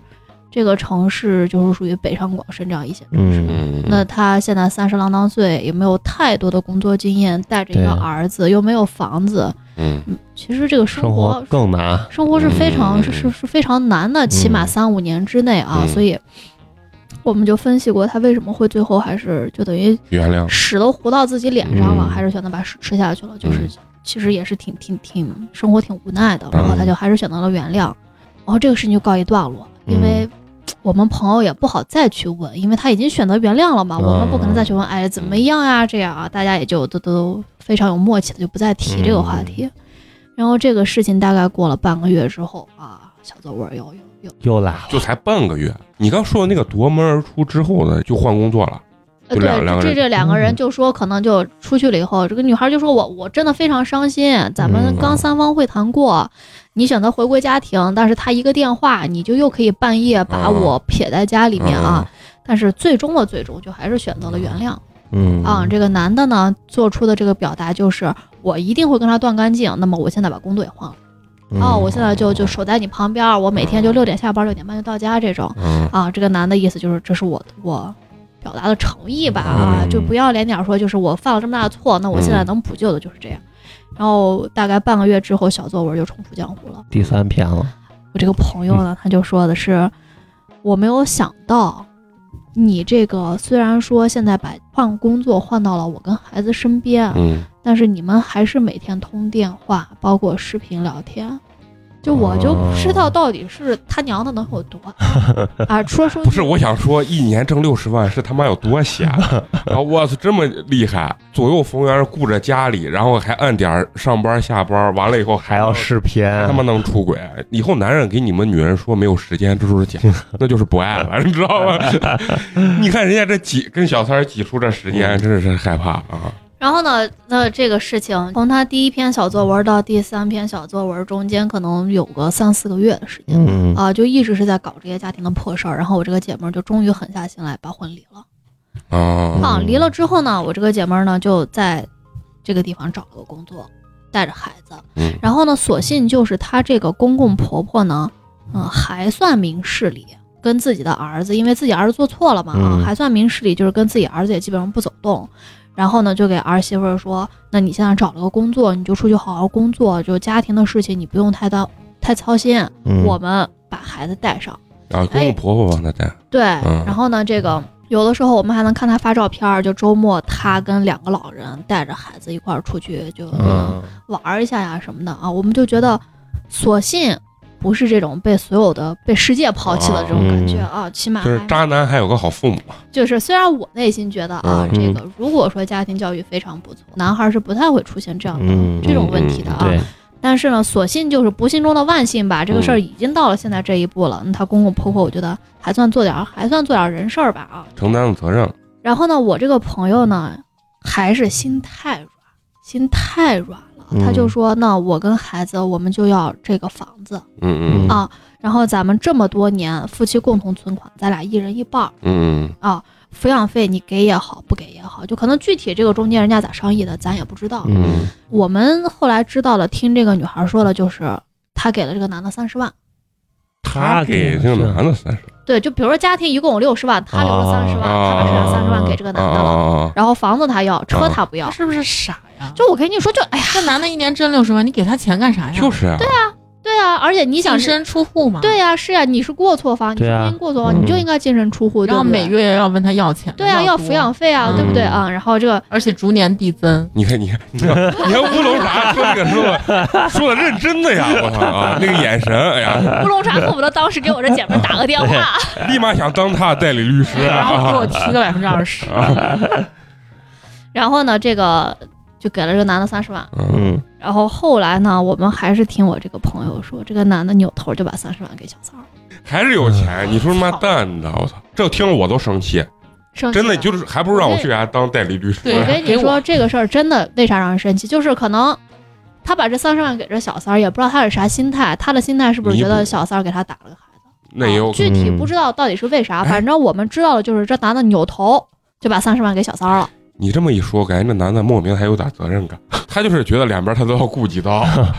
这个城市就是属于北上广深这样一线城市。
嗯
嗯，
那他现在三十郎当岁，也没有太多的工作经验，带着一
对
个儿子，又没有房子，
嗯
其实这个生
生活
活
更难，
生活是非常、
嗯
是是是非常难的，起码
嗯
三五年之内啊，
嗯
所以我们就分析过他为什么会最后还是就等于
原谅，
屎都糊到自己脸上了，
嗯
还是选择把屎吃下去了，就是
嗯
其实也是挺挺挺生活挺无奈的，然后
嗯
他就还是选择了原谅，然后这个事情就告一段落，
嗯
因为。我们朋友也不好再去问，因为他已经选择原谅了嘛，
嗯
我们不可能再去问，哎，怎么样啊？这样啊，大家也就都都非常有默契的，就不再提这个话题。然后这个事情大概过了半个月之后啊，小作文又又又
又来了，
就才半个月。你刚说的那个夺门而出之后呢，就换工作了，
呃，
就
对
两，两个
这
人
这两个人
嗯
就说，可能就出去了以后，这个女孩就说我我真的非常伤心，咱们
嗯
刚三方会谈过，你选择回归家庭，但是他一个电话，你就又可以半夜把
嗯
我撇在家里面
嗯。
啊但是最终的最终，就还是选择了原谅
嗯
啊。这个男的呢，做出的这个表达就是，我一定会跟他断干净。那么我现在把工作也换了，
嗯
嗯
哦，我现在就就守在你旁边，我每天就六点下班，六点半就到家这种。
嗯
啊，这个男的意思就是这是我我表达的诚意吧啊，
嗯
就不要脸点儿说就是我犯了这么大的错，那我现在
嗯
能补救的就是这样。然后大概半个月之后，小作文就重出江湖了。
第三篇了，
我这个朋友
嗯
呢，他就说的是，我没有想到。你这个虽然说现在把换工作换到了我跟孩子身边，
嗯
但是你们还是每天通电话，包括视频聊天。就我就不知
哦
道到底是他娘的能有 多爱啊！说说
不是，我想说，一年挣六十万是他妈有多闲？啊， 我操，这么厉害，左右逢源，顾着家里，然后还按点儿上班下班，完了以后还
还要试篇，
他妈能出轨？以后男人给你们女人说没有时间，这都是假的，那就是不爱了， 你知道吗？你看人家这挤跟小三儿挤出这时间，真是害怕啊！
然后呢，那这个事情从他第一篇小作文到第三篇小作文中间，可能有个三四个月的时间啊、
嗯
就一直是在搞这些家庭的破事儿。然后我这个姐们儿就终于狠下心来把婚离了。
啊，
啊，
嗯
离了之后呢，我这个姐们儿呢就在这个地方找了个工作，带着孩子。
嗯
然后呢，所幸就是她这个公公婆婆呢，嗯，还算明事理，跟自己的儿子，因为自己儿子做错了嘛，啊、
嗯
还算明事理，就是跟自己儿子也基本上不走动。然后呢，就给儿媳妇儿说：“那你现在找了个工作，你就出去好好工作，就家庭的事情你不用太当太操心，
嗯
我们把孩子带上。”
啊，公公婆婆帮他带，
对，
嗯
然后呢，这个有的时候我们还能看他发照片儿，就周末他跟两个老人带着孩子一块儿出去就
嗯
玩儿一下呀什么的啊，我们就觉得，索性不是这种被所有的被世界抛弃的这种感觉啊，
嗯
起码
就是
还
渣男还有个好父母，
就是虽然我内心觉得啊，
嗯
这个如果说家庭教育非常不错，男孩儿是不太会出现这样的、
嗯
这种问题的啊。
对，
但是呢，所幸就是不幸中的万幸吧，这个事儿
嗯
已经到了现在这一步了。那他公公婆婆，我觉得还算做点儿，还算做点儿人事儿吧啊。
承担了责任，
然后呢，我这个朋友呢，还是心太软，心太软了。
嗯
他就说，那我跟孩子，我们就要这个房子，
嗯嗯
哦
哦
啊然后咱们这么多年夫妻共同存款，咱俩一人一半儿
嗯
啊。抚养费你给也好，不给也好，就可能具体这个中间人家咋商议的，咱也不知道。
嗯
我们后来知道了，听这个女孩说了，就是她给了这个男的三十万。
他给这
啊
个男的三十
对，就比如说家庭一共有六十万，她留了三十万，
啊
她把这两三十万给这个男
啊
的了，
啊
然后房子她要，车她不要。
他是不是傻呀？
就我跟你说，就哎呀，
这男的一年挣六十万，你给他钱干啥
啊！
呀？
就是啊，对啊，
对啊，而且你想
净
是，
身出户嘛。
对呀、是呀、你是过错方，你是
对啊
婚姻过错方，
嗯
你就应该净身出户，
然后
对不对
每月要问他要钱，
对啊，要抚养
多，
费啊，
嗯
对不对啊？然后这 个
而且逐年递增。
你看，你看，你看，你看乌龙茶说这个说的说的认真的呀，我操啊，那个眼神，哎呀，
乌龙茶恨不得当时给我这姐们儿打个 电话，
立马想当他的代理律师
然后给
啊
我提个百分之二 十，
然后呢，这个就给了这个男的三十万。
嗯，
嗯
然后后来呢，我们还是听我这个朋友说，这个男的扭头就把三十万给小三儿了，
还是有钱，
嗯
你说他妈蛋的，我操，这听了我都生气，
生气
真的
了
就是还不如让我去给他当代理律师，
对
我跟你
给我
说这个事儿真的为啥让人生气，就是可能他把这三十万给这小三儿，也不知道他是啥心态，他的心态是不是觉
弥补
得小三儿给他打了个孩子？
那也有
啊具体
嗯
不知道到底是为啥，
哎
反正我们知道的就是这男的扭头就把三十万给小三儿了。
你这么一说，感觉那男的莫名还有点责任感，他就是觉得两边他都要顾及 到啊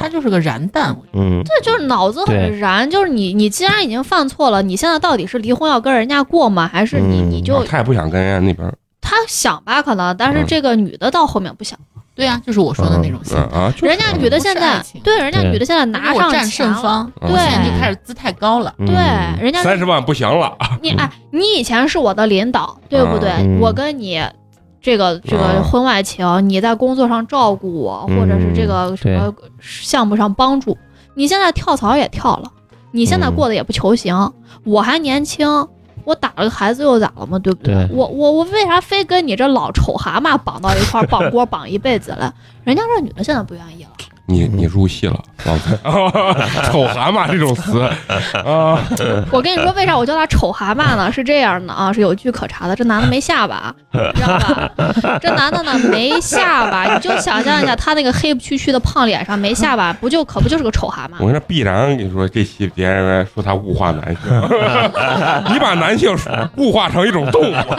他，就是个燃蛋。我觉
嗯，
这就是脑子很
对
燃，就是你，你既然已经犯错了，你现在到底是离婚要跟人家过吗？还是你
嗯嗯
你就
啊他也不想跟人家那边，嗯
他想吧，可能，但是这个女的到后面不想，
得对呀，就是我说的那种心
嗯
态。
啊，就是
人家女的现
不是爱
在
情
对人家
对
女的现在
拿
拿
我
上
占
钱
胜
了，
方，
嗯
现在
对
就开始姿态高了。
对
嗯
人家
三十万不行了，
你哎，你以前是我的领导，对不对？
嗯
我跟你这个这个
嗯
婚外情，你在工作上照顾我，
嗯
或者是这个什么项目上帮助，你现在跳槽也跳了，你现在
嗯
过得也不求行，我还年轻。我打了个孩子又咋了嘛，对不对？
对
我我我为啥非跟你这老丑蛤蟆绑到一块儿绑锅绑一辈子了？人家这女的现在不愿意了，
你
嗯
你入戏了，王 子，丑蛤蟆这种词啊，
我跟你说，为啥我叫他丑蛤蟆呢？是这样的啊，是有据可查的。这男的没下 巴，知道吧？这男的呢没下 巴，你就想象一下他那个黑不黢黢的胖脸上没下巴，不就可不就是个丑蛤蟆
我？跟你说，必然跟你说这期别人说他物化男性， 你把男性物化成一种动物
蛤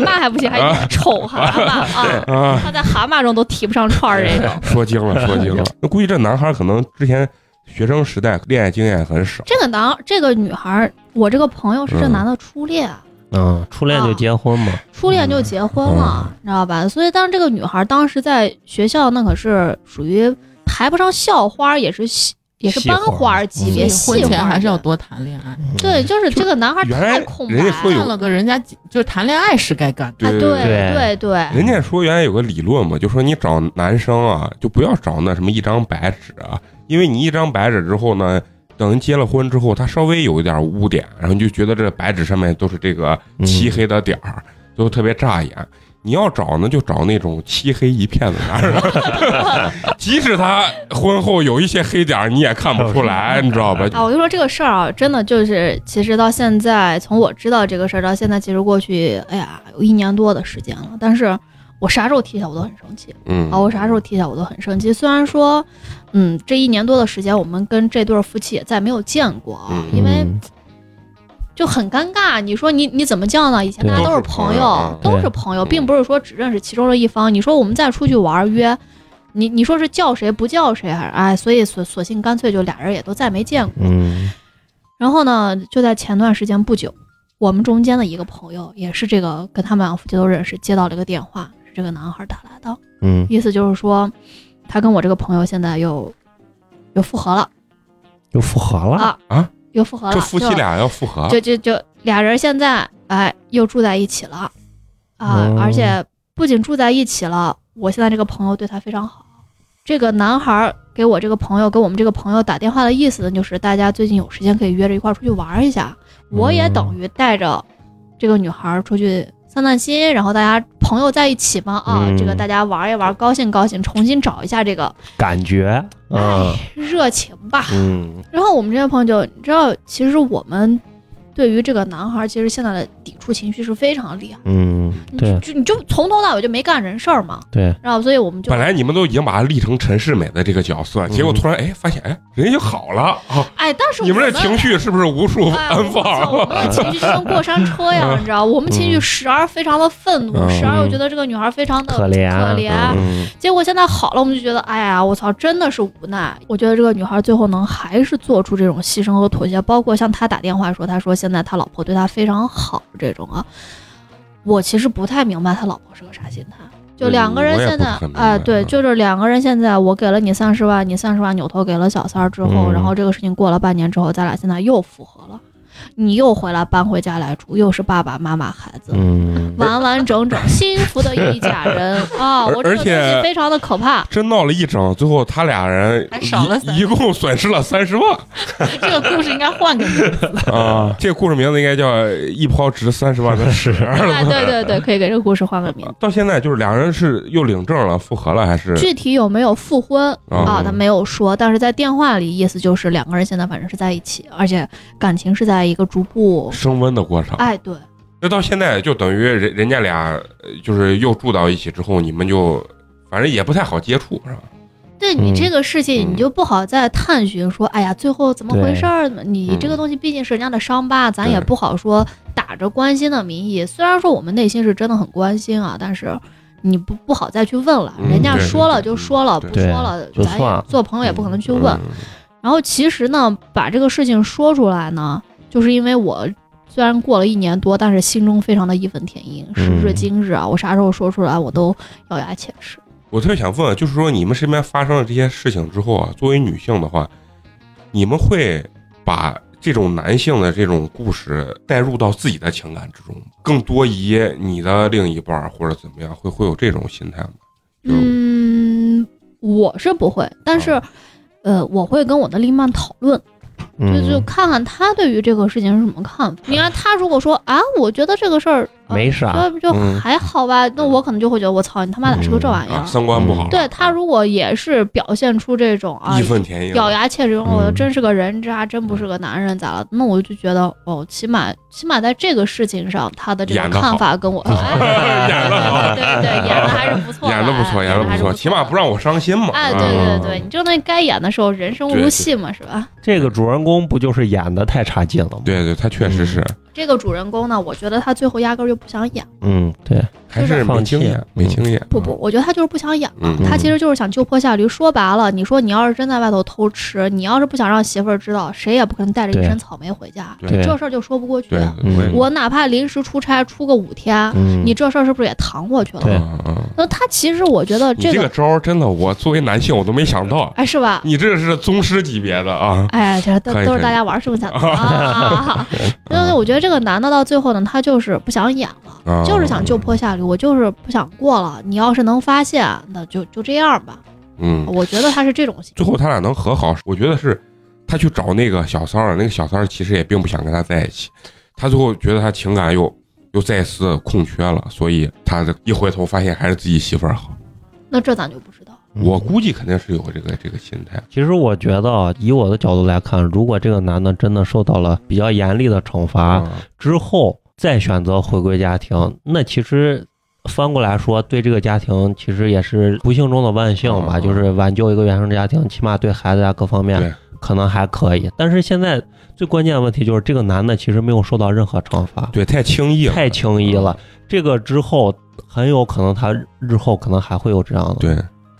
蟆还不行，还有丑蛤蟆啊！
啊，哎
他在蛤蟆中都提不上串儿，这个
说精 了，说
哎
精了，那估计这男孩可能之前学生时代恋爱经验很少。
这个男这个女孩儿，我这个朋友是这男的初恋啊。
嗯，初恋就结婚嘛，
初恋就结婚了，你知道吧？所以，但是这个女孩当时在学校那可是属于排不上校花，也是系也是班花级别，
嗯
系
所以婚前
花
还是要多谈恋爱。
对，就是这个男孩
原来
太空白
人家说有
看了个人家，就是谈恋爱是该干的。
哎，对
对
对对，
人家说原来有个理论嘛，就说你找男生啊，就不要找那什么一张白纸啊，因为你一张白纸之后呢，等人结了婚之后，他稍微有一点污点，然后你就觉得这白纸上面都是这个
哦
嗯
漆黑的点儿，
嗯
都特别扎眼。你要找呢，就找那种漆黑一片的男人， 即使他婚后有一些黑点儿，你也看不出来，你知道吧？
啊，我就说这个事儿啊，真的就是，其实到现在，从我知道这个事儿到现在，其实过去，哎呀，有一年多的时间了。但是我啥时候提起来，我都很生气
嗯，
啊！我啥时候提起来，我都很生气。虽然说，嗯，这一年多的时间，我们跟这对儿夫妻也再没有见过啊，
嗯
因为就很尴尬。你说你你怎么叫呢？以前
对
大家
都是
都是
朋
朋
友啊
友，都
对
是朋友，并不是说只认识其中的一方。你说我们再出去玩儿约，你你说是叫谁不叫谁，还是哎，所以索索性干脆就俩人也都再没见过。
嗯
然后呢，就在前段时间不久，我们中间的一个朋友也是这个跟他们两夫妻都认识，接到了一个电话，是这个男孩打来的，
嗯
意思就是说他跟我这个朋友现在又又复合了
又复合了，
啊
啊，
又复合了，
这夫妻
就
俩要复合，
就就就俩人现在哎又住在一起了啊，
哦
而且不仅住在一起了，我现在这个朋友对他非常好。这个男孩给我这个朋友给我们这个朋友打电话的意思呢，就是大家最近有时间可以约着一块儿出去玩一下。我也等于带着这个女孩出去散散心，然后大家朋友在一起嘛啊，
嗯
这个大家玩一玩，高兴高兴，重新找一下这个
感觉，嗯
哎热情吧。
嗯
然后我们这些朋友就，你知道，其实我们对于这个男孩，其实现在的抵触情绪是非常厉害。
嗯，
你就
对
就你就从头到尾就没干人事儿嘛，
对，
然后所以我们就
本来你们都已经把他立成陈世美的这个角色，结果突然哎发现哎人家就好了啊！
哎，但是
你们
我
这情绪是不是无处
哎，我
安
们
放？啊
我们的情绪就跟过山车 呀，你知道，我们情
嗯
绪时而非常的愤怒，
嗯
时而又觉得这个女孩非常的
可怜啊
可怜。啊
嗯，
结果现在好了，我们就觉得，哎呀，我操，真的是无奈。我觉得这个女孩最后能还是做出这种牺牲和妥协，包括像她打电话说，她说现在她老婆对她非常好这种啊，我其实不太明白她老婆是个啥心态。就
嗯
两个人
我也
现
不
在
太明，
哎、
白
对，
嗯
就是两个人现在，我给了你三十万，你三十万扭头给了小三儿之后，
嗯
然后这个事情过了半年之后，咱俩现在又复合了，你又回来搬回家来住，又是爸爸妈妈孩子，
嗯，
完完整整幸福的一 家人啊！
而
我这
而
个东
且
西非常的可怕，
真闹了一整，最后他俩人
还少了三
一一共损失了三十万
这个故事应该换个名字。
啊！这个故事名字应该叫《一抛值三十万的屎》
哎，对对对，可以给这个故事换个名字。
到现在就是两人是又领证了，复合了还 是？
具体有没有复婚
嗯
啊？他没有说，但是在电话里意思就是两个人现在反正是在一起，而且感情是在一个逐步，
升温的过程，
哎，对，
那到现在就等于人人家俩呃就是又住到一起之后，你们就反正也不太好接触，是吧？
对你
嗯
这个事情，
嗯
你就不好再探寻说，哎呀，最后怎么回事儿？你这
嗯
个东西毕竟是人家的伤疤，咱也
对
不好说打着关心的名义。虽然说我们内心是真的很关心啊，但是你不不好再去问了，
嗯
人家
对
说了
对
就说了，
对
不说了
就
咱
算了
也做朋友也不可能去问。
嗯
然后其实呢，把这个事情说出来呢，就是因为我虽然过了一年多，但是心中非常的义愤填膺。时至
嗯
今日啊，我啥时候说出来我都咬牙切齿。
我特别想问，啊就是说你们身边发生了这些事情之后啊，作为女性的话，你们会把这种男性的这种故事带入到自己的情感之中吗，更多于你的另一半儿或者怎么样，会会有这种心态吗？就
嗯，我是不会，但是，
啊
呃，我会跟我的另一半讨论，就
嗯，
就看看他对于这个事情是什么看法。你看他如果说啊，我觉得这个事儿、啊、
没啥，
就就
嗯
还好吧，那我可能就会觉得我操，你他妈咋是个这玩意儿？
啊，三观不好，
哎嗯对他如果也是表现出这种啊
义。愤填膺，
咬牙切齿，
嗯
我真是个人渣，真不是个男人，咋了？那我就觉得，哦，起码起码在这个事情上，他的这
演
种
得好
看法 跟我，哎
演得好
对对对，演的还是不错的，
演的不错，
哎
演的
还
不
是
错，起码不让我伤心嘛。
哎，对
啊
对对，你这个东西该演的时候，人生
对
如
对
戏嘛，是吧？
这个主人公不就是演的太差劲了吗？，
对对，他确实是，
这个主人公呢，我觉得他最后压根儿就不想演，
嗯，对，
还是没经验
就是放弃，嗯
没经验。
不不，，我觉得他就是不想演嘛
嗯，
他其实就是想就坡下驴。说白了，你说你要是真在外头偷吃，你要是不想让媳妇儿知道，谁也不可能带着一
对
身草莓回家，
对
对
这事儿就说不过去啊
对。，
嗯
我也
我哪怕临时出差出个五天，
嗯，
你这事儿是不是也搪过去
对
了？
嗯嗯嗯
那他其实我觉得
你这
这
个嗯
个，
招儿真的，我作为男性我都没想到，
哎，是吧？
你这是宗师级别的啊！
哎，这都
可以
都
可
是
以
大家玩剩下 的啊。因为我觉得这个男的到最后呢，他就是不想演了，
啊
就是想就坡下驴，我就是不想过了。你要是能发现，那就就这样吧。
嗯，
我觉得他是这种心，
最后他俩能和好，我觉得是他去找那个小三儿，那个小三儿其实也并不想跟他在一起，他最后觉得他情感又又再次空缺了，所以他一回头发现还是自己媳妇儿好。
那这咱就不知道。
嗯
我估计肯定是有这个这个心态，
其实我觉得啊，以我的角度来看，如果这个男的真的受到了比较严厉的惩罚
啊
之后，再选择回归家庭，那其实翻过来说，对这个家庭其实也是不幸中的万幸吧，
嗯
就是挽救一个原生家庭，起码对孩子啊各方
对
面可能还可以。但是现在最关键的问题就是，这个男的其实没有受到任何惩罚，
对，太轻易了，
太轻易了。
嗯
这个之后，很有可能他日后可能还会有这样的
对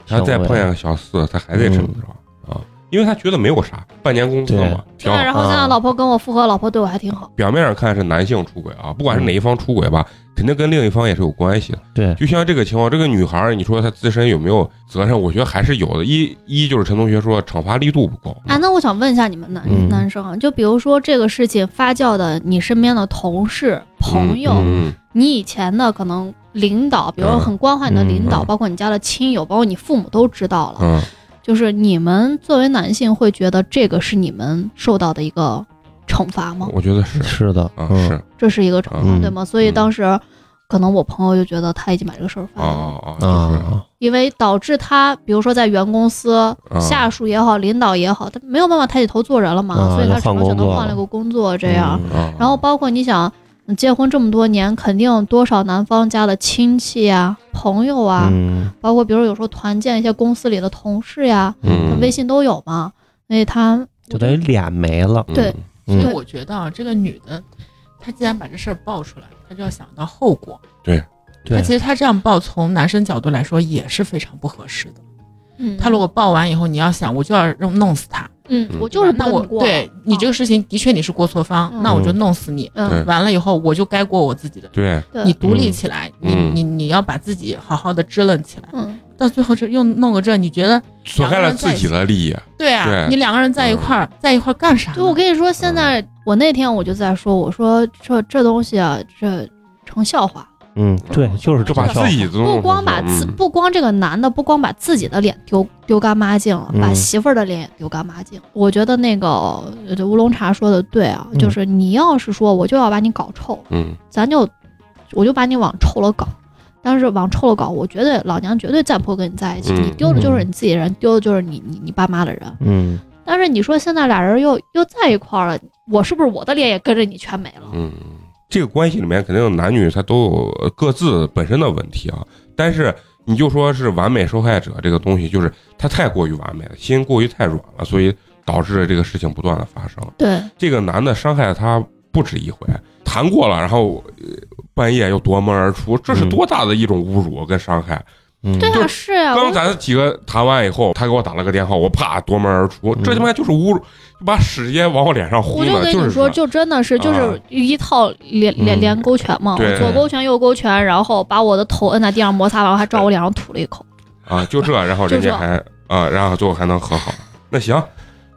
他
行
再
为
碰见个小四，他还得这么
嗯
着啊，因为他觉得没有啥，半年工资嘛，挺
现在，
好。
然后现在
啊
老婆跟我复合，老婆对我还挺好。
表面上看是男性出轨啊，不管是哪一方出轨吧，肯定跟另一方也是有关系的。
对
就像这个情况，这个女孩儿，你说她自身有没有责任？我觉得还是有的。一一就是陈同学说惩罚力度不够，
哎，那我想问一下你们男、
嗯
男生啊，就比如说这个事情发酵的，你身边的同事、朋友，
嗯
你以前的可能领导，比如说很关怀你的领
嗯
导，
嗯
包括你家的亲友，包括你父母都知道了。
嗯
就是你们作为男性会觉得这个是你们受到的一个惩罚吗
嗯，？我觉得是
是的，
啊
嗯
是
这是一个惩罚，
嗯
对吗？所以当时可能我朋友就觉得他已经把这个事儿
啊
翻了，
啊啊
啊，
因为导致他，比如说在原公司，
就是
下属也好，领导也好，他没有办法抬起头做人了嘛，
啊
所以他
就
只
换
能选择
工作
换了
了
个工作这样。
嗯
啊，
然后包括你想，嗯结婚这么多年，肯定多少男方家的亲戚呀、朋友啊，
嗯
包括比如有时候团建一些公司里的同事呀，
嗯
微信都有嘛，所以他
就等于脸没了。
嗯
对
所以
嗯
我觉得啊，这个女的，她既然把这事儿爆出来，她就要想到后果。她
对
其，实她这样爆，从男生角度来说也是非常不合适的。
嗯，
她如果爆完以后，你要想，我就要弄弄死她，
嗯，
嗯
我就是不
那
跟
我
你过，
对你这个事情的确你是过错方，
嗯
那我就弄死你。
嗯，
完了以后，我就该过我自己的。
对，
对，
你独立起来，
嗯
你你你要把自己好好的支棱起来。
嗯
到最后这又弄个这，你觉得
损害了自己的利益，
对啊？
对
你两个人在一块儿，在一块儿干啥呢？
就我跟你说，现在我那天我就在说，我说这这东西啊，这成笑话，
嗯对，就是
就
这
把
么
自己都
不光把自
嗯
不光这个男的，不光把自己的脸丢丢干抹净了，把
嗯
媳妇儿的脸也丢干抹净。我觉得那个呃这乌龙茶说的对啊，就
嗯
是你要是说我就要把你搞臭，
嗯
咱就我就把你往臭了搞。但是往臭了搞，我绝对老娘绝对再不会跟你在一起。
嗯
你丢的就是你自己人，丢的就是你你你爸妈的人。
嗯
但是你说现在俩人又又在一块儿了，我是不是我的脸也跟着你全没了？
嗯，这个关系里面肯定男女他都有各自本身的问题啊，但是你就说是完美受害者这个东西，就是他太过于完美了，心过于太软了，所以导致了这个事情不断的发生。
对，
这个男的伤害了她不止一回，谈过了，然后呃半夜又夺门而出，这是多大的一种侮辱跟伤害！
嗯，
对
就
啊，是啊，
刚
我
咱几个谈完以后，他给我打了个电话，我啪夺门而出，
嗯
这他妈就是侮辱，就把屎直接往我脸上
我
呼
就
了，
跟
就
你
是
说，就真的是就
啊
是一套连连
嗯
连勾拳嘛，
对
我左勾拳右勾拳，然后把我的头摁在地上摩擦完，我还照我脸上吐了一口。
啊，就这，然后人家还啊，然后最后还能和好，那行，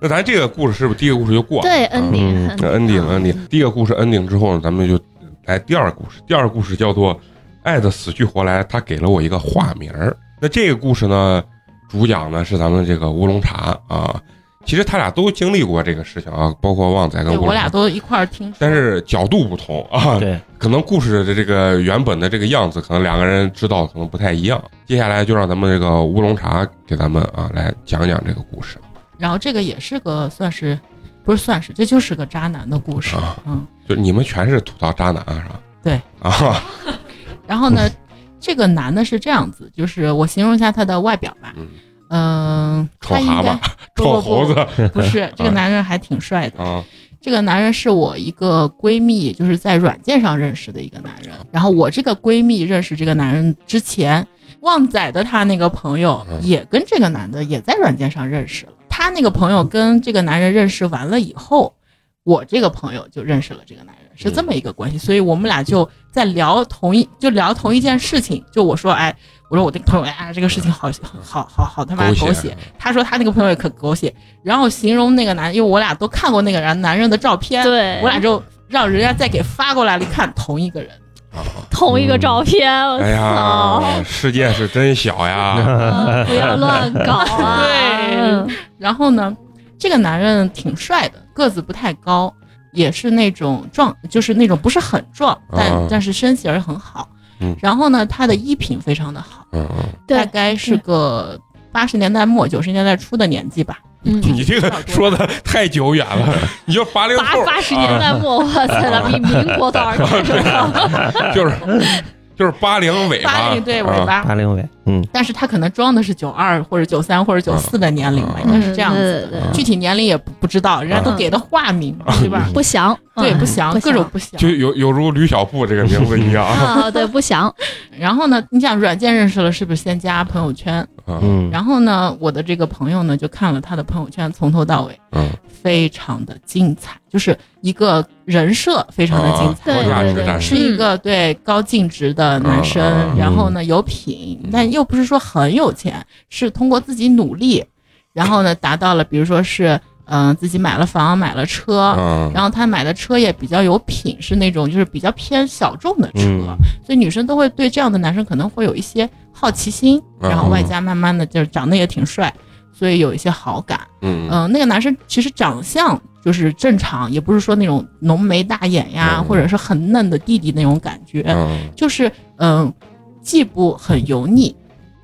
那咱这个故事是不是第一个故事就过了？
对
啊
，ending
嗯
那 ending
啊
ending，第一个故事 ending 之后呢，咱们就来第二个故事。第二个故事叫做《爱的死去活来》，他给了我一个化名儿。那这个故事呢，主讲呢是咱们这个乌龙茶啊。其实他俩都经历过这个事情啊，包括旺仔跟
对
乌龙
我俩
茶，
都一块儿听说，
但是角度不同啊，
对，
可能故事的这个原本的这个样子，可能两个人知道可能不太一样。接下来就让咱们这个乌龙茶给咱们啊来讲讲这个故事
然后这个也是个算是，不是算是，这就是个渣男的故事。
啊，
嗯，
就你们全是吐槽渣男是吧？
对
啊，
然 后呢，这个男的是这样子，就是我形容一下他的外表吧，
嗯，
嗯、
臭
他应
蛤
该
蟆，啊臭猴子
不 是这个男人还挺帅的。
啊，
这个男人是我一个闺蜜，就是在软件上认识的一个男人。然后我这个闺蜜认识这个男人之前，旺仔的他那个朋友
嗯
也跟这个男的也在软件上认识了。他那个朋友跟这个男人认识完了以后，我这个朋友就认识了这个男人，是这么一个关系。所以我们俩就在聊同一就聊同一件事情。就我说，哎，我说我那个朋友，哎呀，这个事情好好好好他妈
狗血
狗血，他说他那个朋友也可狗血，然后形容那个男，因为我俩都看过那个男男人的照片，
对
我俩就让人家再给发过来了，一看同一个人，
同
嗯
一个照片，我
哎
操，
呀，世界是真小哎呀！
啊不要乱搞啊！
对
嗯
然后呢，这个男人挺帅的，个子不太高，也是那种壮，就是那种不是很壮，但、
啊
但是身形儿很好。
嗯
然后呢，他的衣品非常的好，
嗯，
大
对，
概是个八十年代末九十年代初的年纪吧。
嗯，
你这个说的太久远 了，你就八零
八
后啊
八十年代末，哇塞，咱们民国多少 年是吧？
就是就是八零尾
八
巴，啊
零对尾巴，
八零尾，嗯
但是他可能装的是九二或者九三或者九四的年龄吧，
嗯
应该是这样子。
对对对
具体年龄也不不知道，人家都
嗯
给的化名，对吧？
不详，
对，
嗯
不详，各种不详。
就有有如吕小布这个名字一样。
啊，对，不详，
然后呢，你想软件认识了，是不是先加朋友圈？
嗯
嗯，
然后呢，我的这个朋友呢，就看了他的朋友圈，从头到尾
嗯，
非常的精彩，就是一个人设 非常的精彩。
对
啊
对
是
对
的
是一个对高净值的男生，
嗯
然后呢有品，但又不是说很有钱，是通过自己努力，然后呢达到了，比如说是嗯、呃自己买了房买了车，
嗯，
然后他买的车也比较有品，是那种就是比较偏小众的车，
嗯
所以女生都会对这样的男生可能会有一些好奇心，
嗯
然后外加慢慢的就是长得也挺帅，所以有一些好感。呃
嗯
嗯、那个男生其实长相就是正常，也不是说那种浓眉大眼呀，
嗯
或者是很嫩的弟弟那种感觉，
嗯
就是嗯，既不很油腻，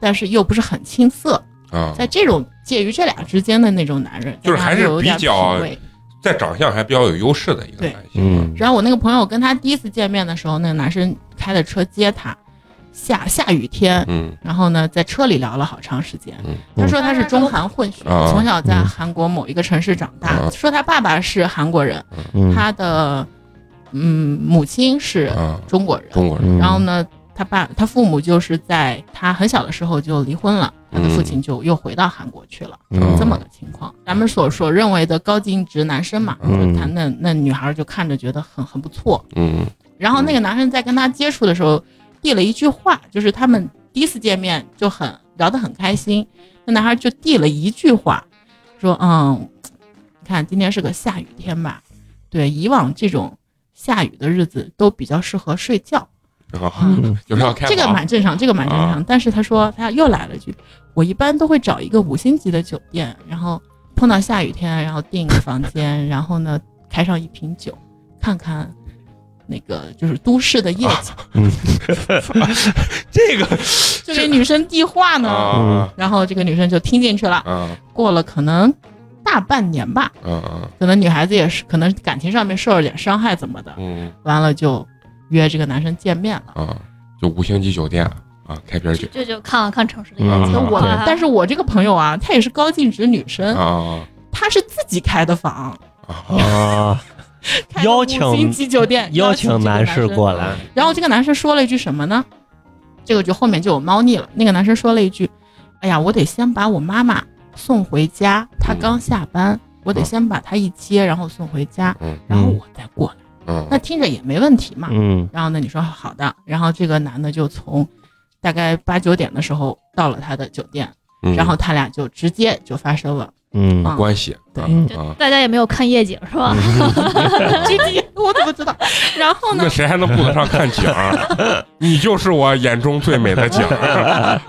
但是又不是很青涩，
啊，
在这种介于这俩之间的那种男人，
就是
大家
还是
有点
比较
品味
在长相还比较有优势的一个
对
男性，啊
嗯，
然后我那个朋友跟他第一次见面的时候，那个男生开的车接他，下下雨天，
嗯
然后呢在车里聊了好长时间。
嗯
他说他是中韩混血，
啊
从小在韩国某一个城市长大。
啊
说他爸爸是韩国人，
嗯
他的嗯母亲是
啊，
中国人。
中国人，
嗯
然后呢，他爸他父母就是在他很小的时候就离婚了，他的父亲就又回到韩国去了。
嗯
这么个情况。咱们所所认为的高净值男生嘛，
嗯
他那那女孩就看着觉得很很不错。
嗯
然后那个男生在跟她接触的时候，递了一句话，就是他们第一次见面就很聊得很开心。那男孩就递了一句话，说：“嗯，你看今天是个下雨天吧？对，以往这种下雨的日子都比较适合睡觉。”
啊，就是要开
嗯这个
房
蛮正常，这个蛮正
啊
常。但是他说他又来了一句，我一般都会找一个五星级的酒店，然后碰到下雨天，然后订一个房间，然后呢开上一瓶酒，看看那个就是都市的夜景，
啊嗯 这个
就给女生递话呢。
啊
然后这个女生就听进去了。
啊
过了可能大半年吧，
啊啊
可能女孩子也是，可能感情上面受了点伤害怎么的，
嗯
完了就约这个男生见面了。
啊，就五星级酒店啊，开瓶酒
就就看了看城市的
嗯
样子。
那
我
对
但是我这个朋友啊，她也是高净值女生，
啊
她是自己开的房，
啊
啊，
开的
邀请
五星级酒店，
哦邀
请这
请
个
男
男
士
生
过来，
啊
然后这个男生说了一句什么呢？这个就后面就有猫腻了。那个男生说了一句：“哎呀，我得先把我妈妈送回家，她刚下班，我得先把她一接，然后送回家，
嗯
然后我再过来。
嗯
那听着也没问题嘛。
嗯
然后呢，你说好的，然后这个男的就从大概八九点的时候到了他的酒店，
嗯，
然后他俩就直接就发生了。
嗯
啊
关系
对
啊
嗯
啊，
大家也没有看夜景是吧？
具体我怎么知道？ 然后呢
那，谁还能顾得上看景儿？啊你就是我眼中最美的景儿。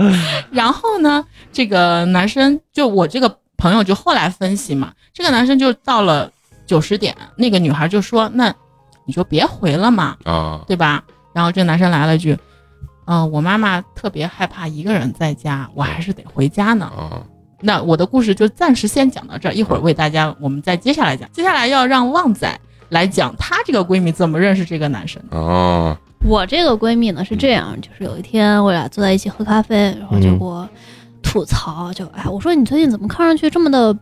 然后呢，这个男生就我这个朋友就后来分析嘛，这个男生就到了九十点，那个女孩就说：“那你就别回了嘛，
啊
对吧？”然后这个男生来了一句：“嗯、我妈妈特别害怕一个人在家，我还是得回家呢。
啊”
那我的故事就暂时先讲到这儿，一会儿为大家我们再接下来讲。接下来要让旺仔来讲她这个闺蜜怎么认识这个男生的。
啊！
我这个闺蜜呢
嗯
是这样，就是有一天我俩坐在一起喝咖啡，然后就
嗯
给我吐槽，就哎，我说你最近怎么看上去这么的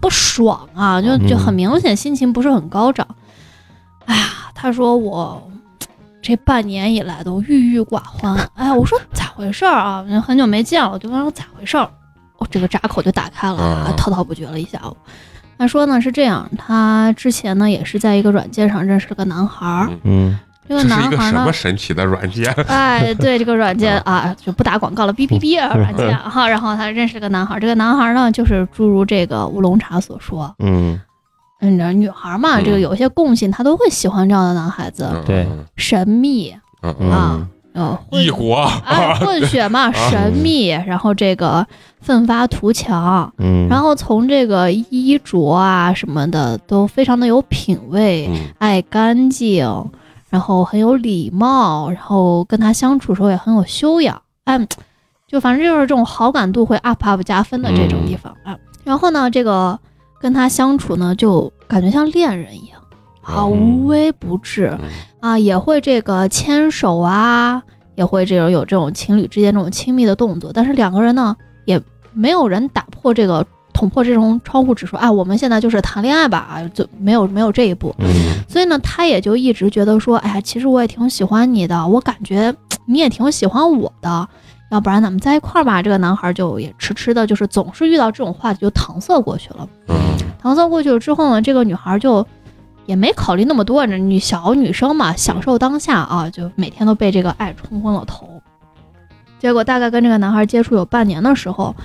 不爽啊？就就很
嗯
明显心情不是很高涨。哎呀，她说我这半年以来都郁郁寡欢。哎呀，我说咋回事儿啊？很久没见了，我就问我咋回事儿。我这个闸口就打开了，
啊
滔滔不绝了一下午。她说呢是这样，她之前呢也是在一个软件上认识了个男孩儿
嗯，
嗯
这
这
个
是
男
一个
孩儿
什
呢
么神奇的软件？
哎，对这个软件啊，就不打广告了，哔
嗯
哔哔啊软件哈。然后他认识了个男孩，这个男孩呢，就是诸如这个乌龙茶所说，
嗯
嗯，你知道女孩嘛，
嗯
这个有一些共性，她都会喜欢这样的男孩子，
嗯
对
嗯
神秘，
嗯嗯
嗯
啊嗯，混
异国啊嗯
哎，混血嘛，神秘，然后这个奋发图强，
嗯，
然后从这个衣着啊什么的都非常的有品味，
嗯
爱干净，然后很有礼貌，然后跟他相处的时候也很有修养，哎，就反正就是这种好感度会 up up 加分的这种地方啊、哎然后呢，这个跟他相处呢，就感觉像恋人一样，好
嗯
无微不至
嗯
啊，也会这个牵手啊，也会这种有这种情侣之间这种亲密的动作，但是两个人呢，也没有人打破这个。捅破这种窗户纸说，哎，我们现在就是谈恋爱吧，啊，就没有没有这一步。
嗯
所以呢，他也就一直觉得说，哎呀，其实我也挺喜欢你的，我感觉你也挺喜欢我的，要不然咱们在一块儿吧。这个男孩就也迟迟的，就是总是遇到这种话题就搪塞过去了。
嗯
搪塞过去了之后呢，这个女孩就也没考虑那么多，这女小女生嘛，享受当下啊，就每天都被这个爱冲昏了头。结果大概跟这个男孩接触有半年的时候，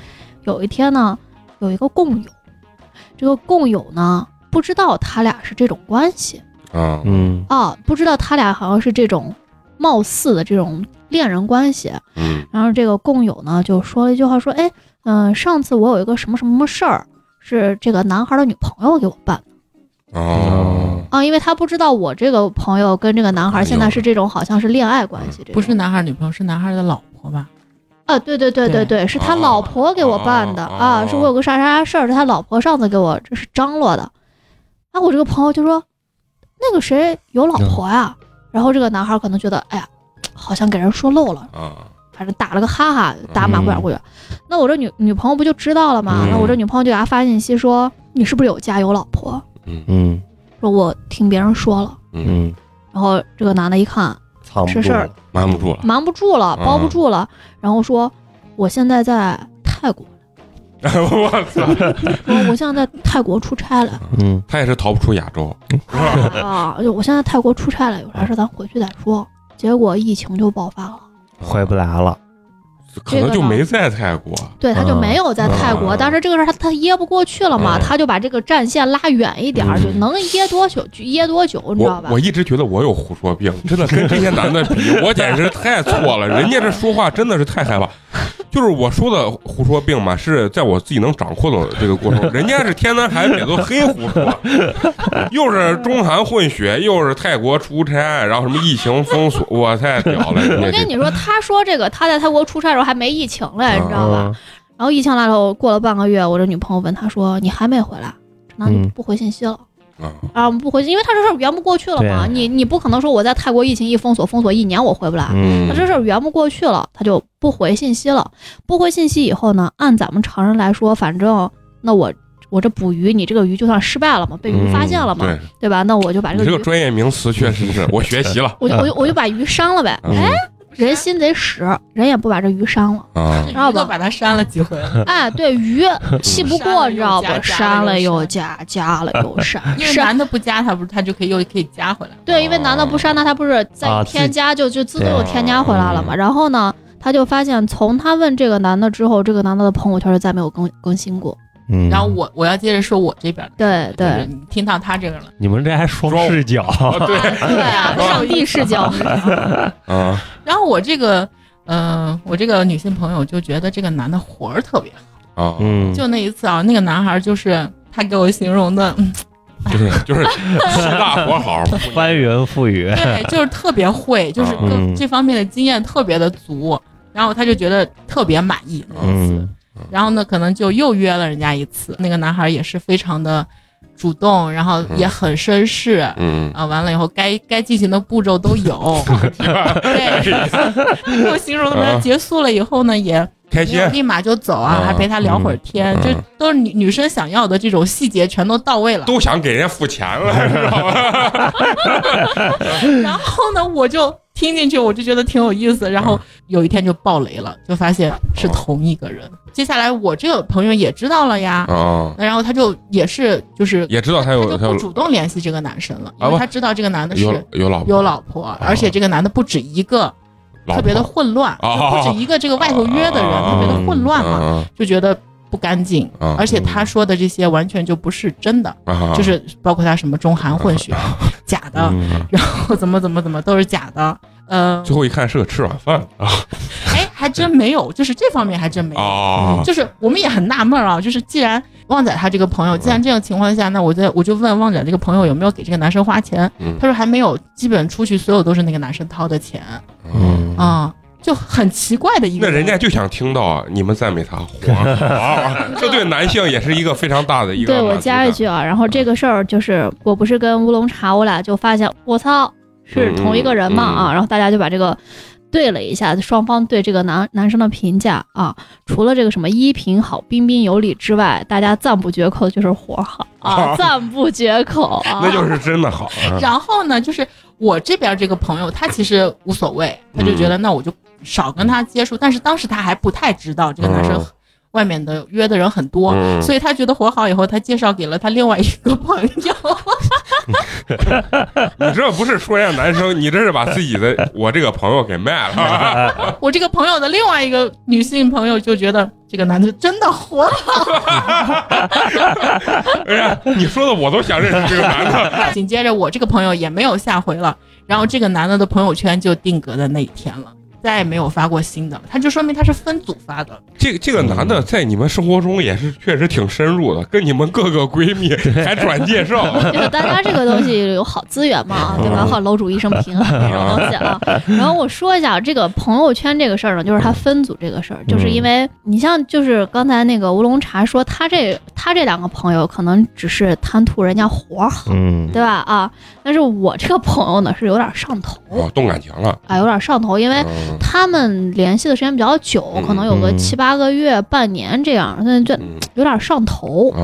有一天呢，有 一个共友，这个共友呢不知道他俩是这种关系。
啊
嗯
啊，不知道他俩好像是这种貌似的这种恋人关系。
嗯
然后这个共友呢就说了一句话，说：“哎，嗯、上次我有一个什么什么事儿，是这个男孩的女朋友给我办的。
哦，
啊，因为他不知道我这个朋友跟这个男孩现在是这种好像嗯是恋爱关系，这种
不是男孩女朋友，是男孩的老婆吧？
啊，对对对对对，是他老婆给我办的
哦
啊，
哦
是我有个啥啥啥事儿，是他老婆上次给我这是张罗的。啊，我这个朋友就说，那个谁有老婆呀？然后这个男孩可能觉得，哎呀，好像给人说漏了，
嗯
啊，
反正打了个哈哈，打马过眼过去。那我这女女朋友不就知道了吗？
嗯
那我这女朋友就给他发信息说，你是不是有家有老婆？
嗯
嗯
说我听别人说了。
嗯，
嗯，
然后这个男的一看，
藏不
是
住
事儿
了，
瞒不 住了，
瞒不住了，
啊嗯
包不住了，然后说我现在在泰国，
我操，
说我现在在泰国出差了
嗯
他也是逃不出亚洲，
啊，就我现在在泰国出差了，有啥事咱回去再说。结果疫情就爆发了，
回不来了，
可能就没在泰国，
对，他就
嗯
没有在泰国。
嗯
当时这个事儿他他掖不过去了嘛，
嗯
他就把这个战线拉远一点儿，
哎嗯
就能掖多久就掖多久，你知道
我
吧？
我一直觉得我有胡说病，真的跟这些男 的比，我简直太错了。人家这说话真的是太害怕，就是我说的胡说病嘛，是在我自己能掌控的这个过程中，人家是天南海北都黑胡说， 又是中韩混血，又是泰国出差，然后什么疫情封锁，我太屌了！
我
人家
跟你说，他说这个他在泰国出差的时候还没疫情嘞，你知道吧？
嗯
然后疫情来了，过了半个月，我这女朋友问他说：“你还没回来？”陈楠就
嗯
不回信息了。
这啊，
啊，不回去，因为他这事儿圆不过去了嘛。
对
你你不可能说我在泰国疫情一封锁，封锁一年我回不来，啊
嗯
他这事儿圆不过去了，他就不回信息了。不回信息以后呢，按咱们常人来说，反正那我我这捕鱼，你这个鱼就算失败了嘛，被鱼发现了嘛，
对
对吧？那我就把这
嗯你
个
这
鱼，
个专业名词确实是我学习了
我就我就我就把鱼删了呗。
嗯
哎，
啊
人心贼使，人也不把这鱼删了。
啊
然后把他删了几回了，
哎，对鱼气不过，你知道吧？删
删
了
了
又
又
加，加了又删，
因为
删
男的不加他，不是他就可以又可以加回来。
对，因为男的不删他，他不是再
啊
添加就就自动
对
又添加回来了嘛。然后呢，他就发现从他问这个男的之后，这个男的的朋友圈就再没有更更新过。
嗯，
然后我我要接着说我这边的，
对
就是
对
你听到他这个了，
你们这还双
双
视角，
啊，对
对 啊，上帝视角。
啊，
然后我这个，嗯、我这个女性朋友就觉得这个男的活儿特别好。
啊，
嗯，
就那一次啊，那个男孩就是他给我形容 的，嗯
就是就是吃大活好，
翻云覆雨，
对，就是特别会，就是各、
嗯
这方面的经验特别的足。然后他就觉得特别满意那一次，
嗯
然后呢，可能就又约了人家一次。那个男孩也是非常的主动，然后也很绅士，
嗯，
啊，完了以后该该进行的步骤都有，
哎
对，我形容
啊
的结束了以后呢，也
嗯开
没
心
有立马就走
啊
啊，还陪他聊会儿天，
嗯
这
嗯
都是女女生想要的这种细节全都到位了。
都想给人家付钱 了，知道吗？
然后呢，我就听进去，我就觉得挺有意思。
嗯
然后有一天就爆雷了，就发现是同一个人。接下来我这个朋友也知道了呀，
啊，
然后他就也是就是
也知道他
他
有
就
他
不
有
主动联系这个男生了，
啊
因
不
为他知道这个男的
有
是。
有老婆
有老婆，而且这个男的不止一个，
老
特别的混乱，
啊
就不止一个这个外头约的人，
啊
特别的混乱嘛，
啊
就觉得不干净。
啊
而且他说的这些完全就不是真的，
啊，
就是包括他什么中韩混血， 假
啊
的，
嗯
怎么怎么怎么都是假的。呃，
最后一看是个吃软饭的
哎，还真没有，就是这方面还真没有。
啊，
就是我们也很纳闷啊，就是既然旺仔他这个朋友，既然这样情况下，那我在我就问旺仔这个朋友有没有给这个男生花钱
嗯，
他说还没有，基本出去所有都是那个男生掏的钱
嗯
啊，就很奇怪的一个。
那人家就想听到你们赞美他黄 啊，这对男性也是一个非常大的一个。
对我加一，句啊，然后这
嗯
个事儿就是，我不是跟乌龙茶，我俩就发现，我操，是同一个人嘛
嗯嗯
啊，然后大家就把这个。对了一下，双方对这个男男生的评价啊，除了这个什么衣品好、彬彬有礼之外，大家赞不绝口的就是活 儿好啊，赞不绝口啊。
那就是真的好啊
然后呢，就是我这边这个朋友，他其实无所谓，他就觉
嗯
得那我就少跟他接触。但是当时他还不太知道这个男生
嗯
外面的约的人很多，
嗯
所以他觉得活好以后，他介绍给了他另外一个朋友。
你这不是说人家男 生，你这是把自己的我这个朋友给卖了。
我这个朋友的另外一个女性朋友就觉得这个男的真的活了，
哎呀，你说的我都想认识这个男的。
紧接着我这个朋友也没有下回了。然后这个男的的朋友圈就定格在那一天了，再也没有发过新的了，他就说明他是分组发的。
这个这个男的在你们生活中也是确实挺深入的，跟你们各个闺蜜还转介 绍，
就是大家这个东西有好资源 嘛，对吧？好楼主一生平安这种东西啊。然后我说一下这个朋友圈这个事儿呢，就是他分组这个事儿，就是
嗯
因为你像就是刚才那个乌龙茶说他这他这两个朋友可能只是贪图人家活儿好，
嗯，
对吧？啊，但是我这个朋友呢是有点上头
哦，动感情了。
啊，有点上头，因为
嗯
他们联系的时间比较久，
嗯
可能有个
嗯
七八个月、半年这样，那就
嗯
有点上头。
啊，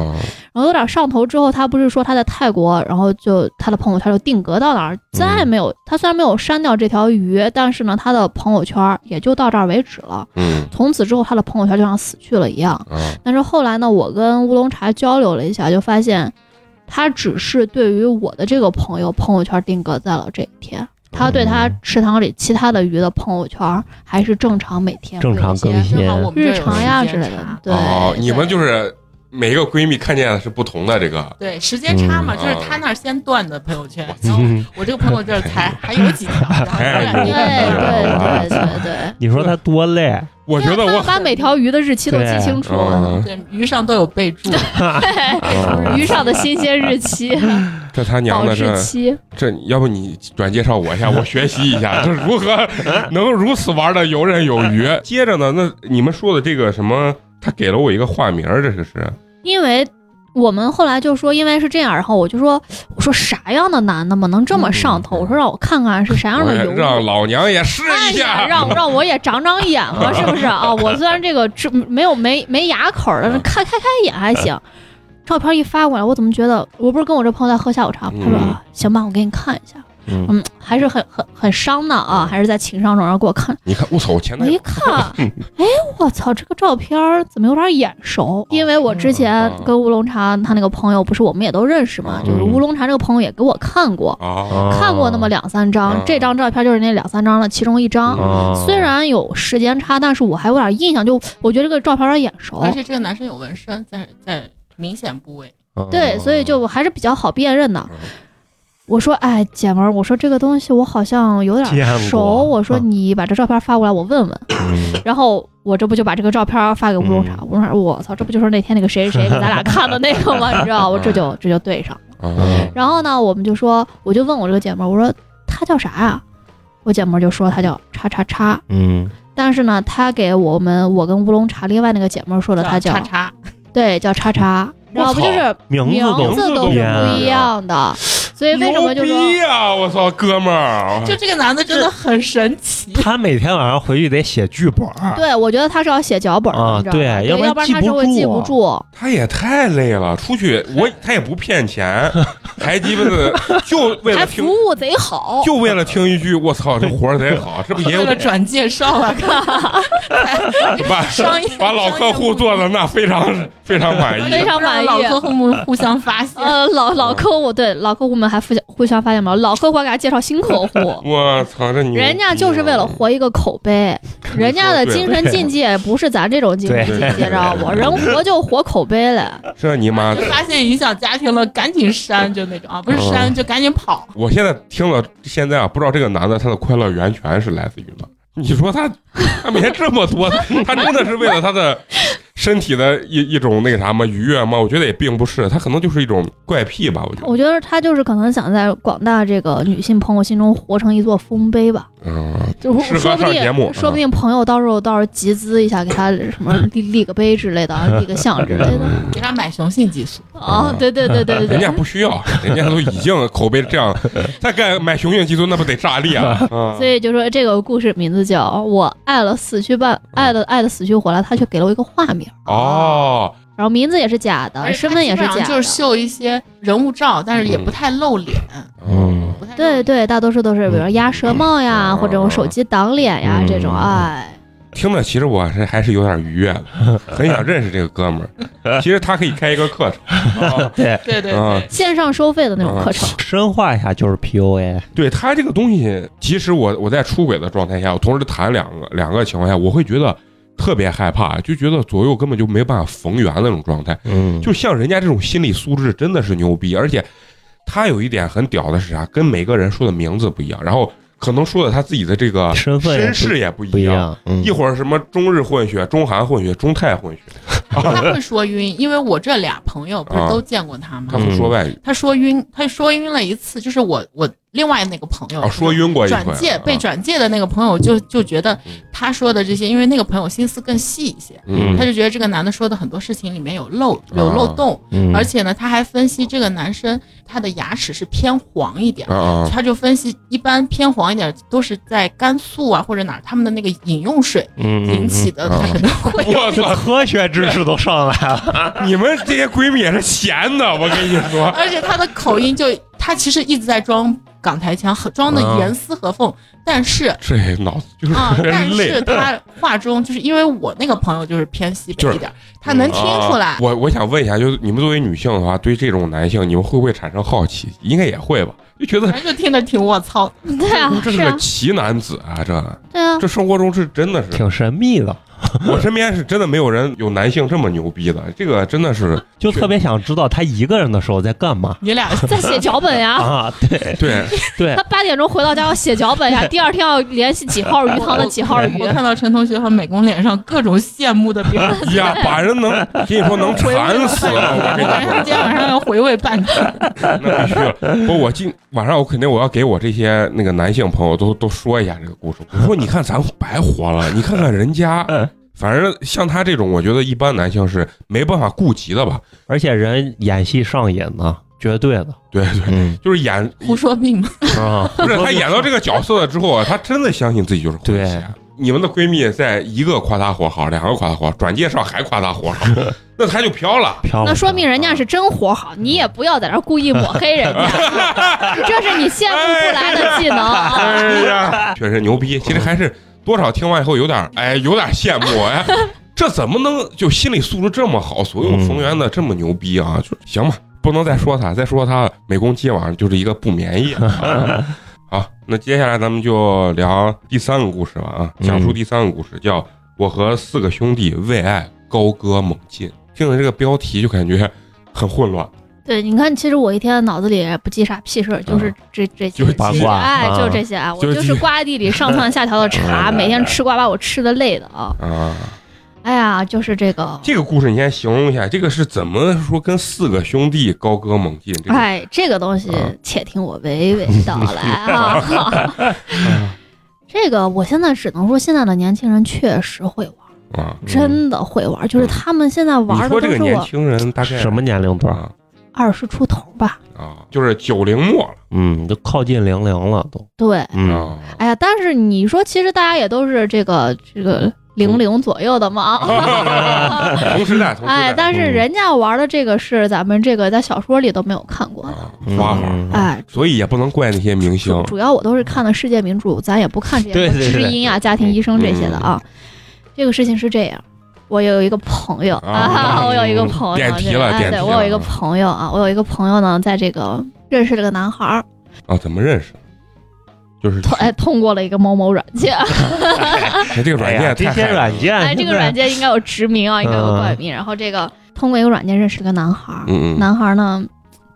然后有点上头之后，他不是说他在泰国，然后就他的朋友圈就定格到哪儿，再
嗯
没有他虽然没有删掉这条鱼，但是呢，他的朋友圈也就到这儿为止了。
嗯
从此之后，他的朋友圈就像死去了一样。
啊，
但是后来呢，我跟乌龙茶交流了一下，就发现他只是对于我的这个朋友朋友圈定格在了这一天，他
嗯
对他
嗯
池塘里其他的鱼的朋友圈还是正常每天啊会有
正常
一些
更新
正好我们这
日
儿有
常呀之
时间
类的
差。
对
哦，，你们
对
就是每个闺蜜看见的是不同的这个，
对，时间差嘛，
嗯
就是他那儿先断的朋友圈，然后
嗯
我这个朋友这儿才还有几条，然后咱俩
对
就
对对对对。
你说他多累，
我觉得
他
我
要把每条鱼的日期都记清楚，
嗯，
对鱼上都有 备注，
嗯
啊
鱼上的新鲜日期、
这他 娘
保
的
质
这
期，
这，要不你转介绍我一下，我学习一下，这如 何能如此玩的游刃有余？ 接着呢，那你们说的这个什么，他给了我一个化名儿，这个是
因为。我们后来就说，因为是这样，然后我就说，我说啥样的男的嘛能这么上头？
嗯
我说让我看看是啥样
我
的
也
油腻，
让老娘也试
哎
一
呀，
下，
让让我也长长眼嘛，是不是啊？我虽然这个这没有没没牙口儿的，开开开眼还行。照片一发过来，我怎么觉得？我不是跟我这朋友在喝下午茶吗，他说、
嗯
啊行吧，我给你看一下。
嗯
嗯，还是很很很伤的啊，还是在情商上，然后给我看
你看，我操，我前
我
男
一
友
看，哎，我操，这个照片儿怎么有点眼熟？
哦
因为我之前跟乌龙茶他那个朋友，不是我们也都认识
哦
嘛，
嗯
就是乌龙茶这个朋友也给我看过，
啊，
看过那么两三张
哦
嗯，
这张照片就是那两三张的其中一张。
啊，
嗯虽然有时间差，但是我还有点印象，就我觉得这个照片有点眼熟
哦
而。且这个男生有纹身，在在明显部位，
啊
对，所以就还是比较好辨认
哦
的。我说，哎，姐们儿，我说这个东西我好像有点
见
熟。
过
我说
嗯
你把这照片发过来，我问问。
嗯
然后我这不就把这个照片发给乌龙茶，乌龙茶，我操，这不就是那天那个谁谁谁给咱俩看的那个吗？你知道，我这就这就对上。
啊
然后呢，我们就说，我就问我这个姐们儿，我说她叫啥呀、我姐们儿就说她叫叉叉叉，
嗯
但是呢，她给我们我跟乌龙茶另外那个姐们儿说的，她叫
叉叉，
对叫叉叉，然后不就是
名字
名
都
字都是不一样的，所以为什么就
牛
说
逼啊！我操，哥们儿，
就这个男的真的很神奇，
他每天晚上回去得写剧本儿，
对，我觉得她是要写脚本的，
啊
你知道吗
对
对，
要不然
不然
记
她是
不
会
住
记不
啊
住。
他也太累了，出 去我他也不骗钱， 还鸡巴的就为了
还服
听，
务贼好，
就为了听一句我操，这活儿贼好，这不也
为
有
了转介绍 啊，
把
商业
把老客户做的那非常非常满
非
意，，
常满意
老客户们互相发现，
呃，老老客户对老客户们还互相互相发现吗？老客户还给他介绍新客户
我操，这牛啊逼啊，
人家就是为了活一个口碑，嗯人家的精神境界不是咱这种精神境界，
对
知道不？人活就活口碑了，
这你
啊
妈
就啊发现影响家庭了，赶紧删，就那种啊，不是删就赶紧跑。
我现在听了，现在啊，不知道这个男的他的快乐源泉是来自于哪儿。你说他，他每天这么多，他真的是为了他的身体的一一种那个啥吗？愉悦吗？我觉得也并不是，他可能就是一种怪癖吧。我觉得，
我觉得他就是可能想在广大这个女性朋友心中活成一座丰碑吧，
嗯，
就
适合
是说不
上节目
定说不定朋友到时候到时候集资一下，给他什么立立个碑之类 的，立个像之类的
给他买雄性激素，
啊，对对对对对
人家
对，
不需要，人家都已经口碑这样，再干买雄性激素那不得炸裂啊？嗯
所以就说这个故事名字叫《我爱了死去
啊
半爱的爱的死去活来》，他却给了我一个化名，
哦，
然后名字也是假
啊
的，身份也是
而哎且他基本
假
上就是
的。
秀一些人物照，但是也不太露脸，
嗯，
不太露
对
脸
对，大多数都是比
嗯
如说鸭舌帽呀，
嗯
或者用手机挡脸呀
嗯
这种，哎，
听着，其实我是还是有点愉悦的，很想认识这个哥们儿。其实他可以开一个课程，啊
对，
对对
嗯
对。
线上收费的那
嗯
种课程。
深化一下就是 PUA，
对他这个东西，其实我我在出轨的状态下，我同时谈两个两个情况下，我会觉得特别害怕，就觉得左右根本就没办法逢源那种状态。
嗯，
就像人家这种心理素质真的是牛逼，而且他有一点很屌的是啥？跟每个人说的名字不一样，然后可能说的他自己的这个
身份也
身
不
世也不
不
一
一
样。
样，嗯
一，会儿什么中日混血、中韩混血、中泰混血，
他会说晕，因为我这俩朋友不是都见过他吗？
他会
嗯
说外语
他说晕，他说晕了一次，就是我我另外那个朋友、
啊，说晕过一回
转，介
啊
被转介的那个朋友就就觉得
嗯
他说的这些，因为那个朋友心思更细一些，
嗯
他就觉得这个男的说的很多事情里面有漏有
啊
漏洞，
嗯
而且呢，他还分析这个男生他的牙齿是偏黄一点。
啊 啊
他就分析，一般偏黄一点都是在甘肃啊或者哪儿，他们的那个饮用水
嗯嗯
引起的，
嗯嗯
他可能 会有
我操！
科学知识都上来了，
你们这些闺蜜也是闲的，我跟你说，
而且他的口音就，他其实一直在装港台腔，很装的严丝合缝，但是
这脑子就是
啊，但
真
是
嗯累。
他话中就是因为我那个朋友就是偏西北一点，他能听出来
啊。我我想问一下，就是你们作为女性的话，对这种男性，你们会不会产生好奇？应该也会吧，就觉得
反正就听着挺卧槽，
对 啊，
这是
是
个
啊，
奇男子啊，这
对啊，
这生活中是真的是，
挺神秘的，
我身边是真的没有人有男性这么牛逼的，这个真的是
就特别想知道他一个人的时候在干嘛
你俩
在写脚本呀。
啊？对
对，
对
他，八点钟回到家要写脚本呀，第二天要联系几号鱼汤的几号鱼
我。看到陈同学和美工脸上各种羡慕的 表情，
呀，把人能跟你说能
回味
馋
了
死 了，我
半
跟你说
天，晚上今。天晚上要回 味半天。
那必须了。不，我今晚上我肯定我要给我这些那个男性朋友都都说一下这个故事。我说，你看咱白活了，你看看人家
嗯，
反正像他这种，我觉得一般男性是没办法顾及的吧？
而且人演戏上瘾呢，绝对的，
对对，
嗯
就是 演
胡说病嘛，
啊，
不是他演到这个角色了之后啊，他真的相信自己就是混血
对。
你们的闺蜜在一个夸她活好，两个夸她活好，转介绍还夸她 活好，那她就飘了。
漂亮，
那说明人
啊
家是真活好，你也不要在那儿故意抹黑人 家，这是你羡慕不来的技能啊！
哎呀， 确实牛逼。其实还是多少听完以后有点 儿，哎，有点儿羡慕哎。这怎么能就心理素质这么好，所有成员的这么牛逼啊？就行吧，不能再说他，再说他美工今晚上就是一个不眠夜。 啊好，那接下来咱们就聊第三个故事吧啊，
嗯
讲述第三个故事，叫《我和四个兄弟为爱高歌猛进》。听了这个标题就感觉很混乱，
对，你看，其实我一天脑子里也不记啥屁事儿，就是这这些
就是
八
记
卦，
哎，
啊
就是这些啊，我
就是嗯
就是瓜地里上蹿下 跳的查，每天吃瓜把我吃的累的啊，
啊。
哎呀，就是这个，
这个故事你先形容一下，这个是怎么说跟四个兄弟高歌猛进？这个
哎，这个东西
嗯
且听我娓娓道 来啊。这个我现在只能说，现在的年轻人确实会玩，
啊，
真的会玩，就是他们现在
嗯
玩
你
的
说这
都
个
是
年
我
轻人大概
什么年龄段儿？
啊
二十出头吧，
啊，就是九零末了
嗯，都靠近零零了都，
对，
嗯，
啊。
哎呀，但是你说，其实大家也都是这个这个零零左右的嘛。
啊同时代，同时代，
哎，但是
嗯
人家玩的这个是咱们这个在小说里都没有看过的，
啊
嗯
花花，，
哎，
所以也不能怪那些明星
主主要我都是看的世界名著，咱也不看这些
对
什么
对对
知音啊、家庭医生这些的啊。这个事情是这样，我有一个朋友
啊
啊， 我有一个朋友，
点题了
这个
点题
哎，对
了
我有一个朋友啊，我有一个朋友呢，在这个认识了个男孩儿，
啊，怎么认识？就是
通哎通过了一个某某软件，
哎这个软
哎呀
件
这
太
些
害人了
软，件，
哎，这个软件应该有直名啊，应该有
嗯
冠名，然后这个通过一个软件认识了个男孩儿，
嗯嗯
男孩儿呢，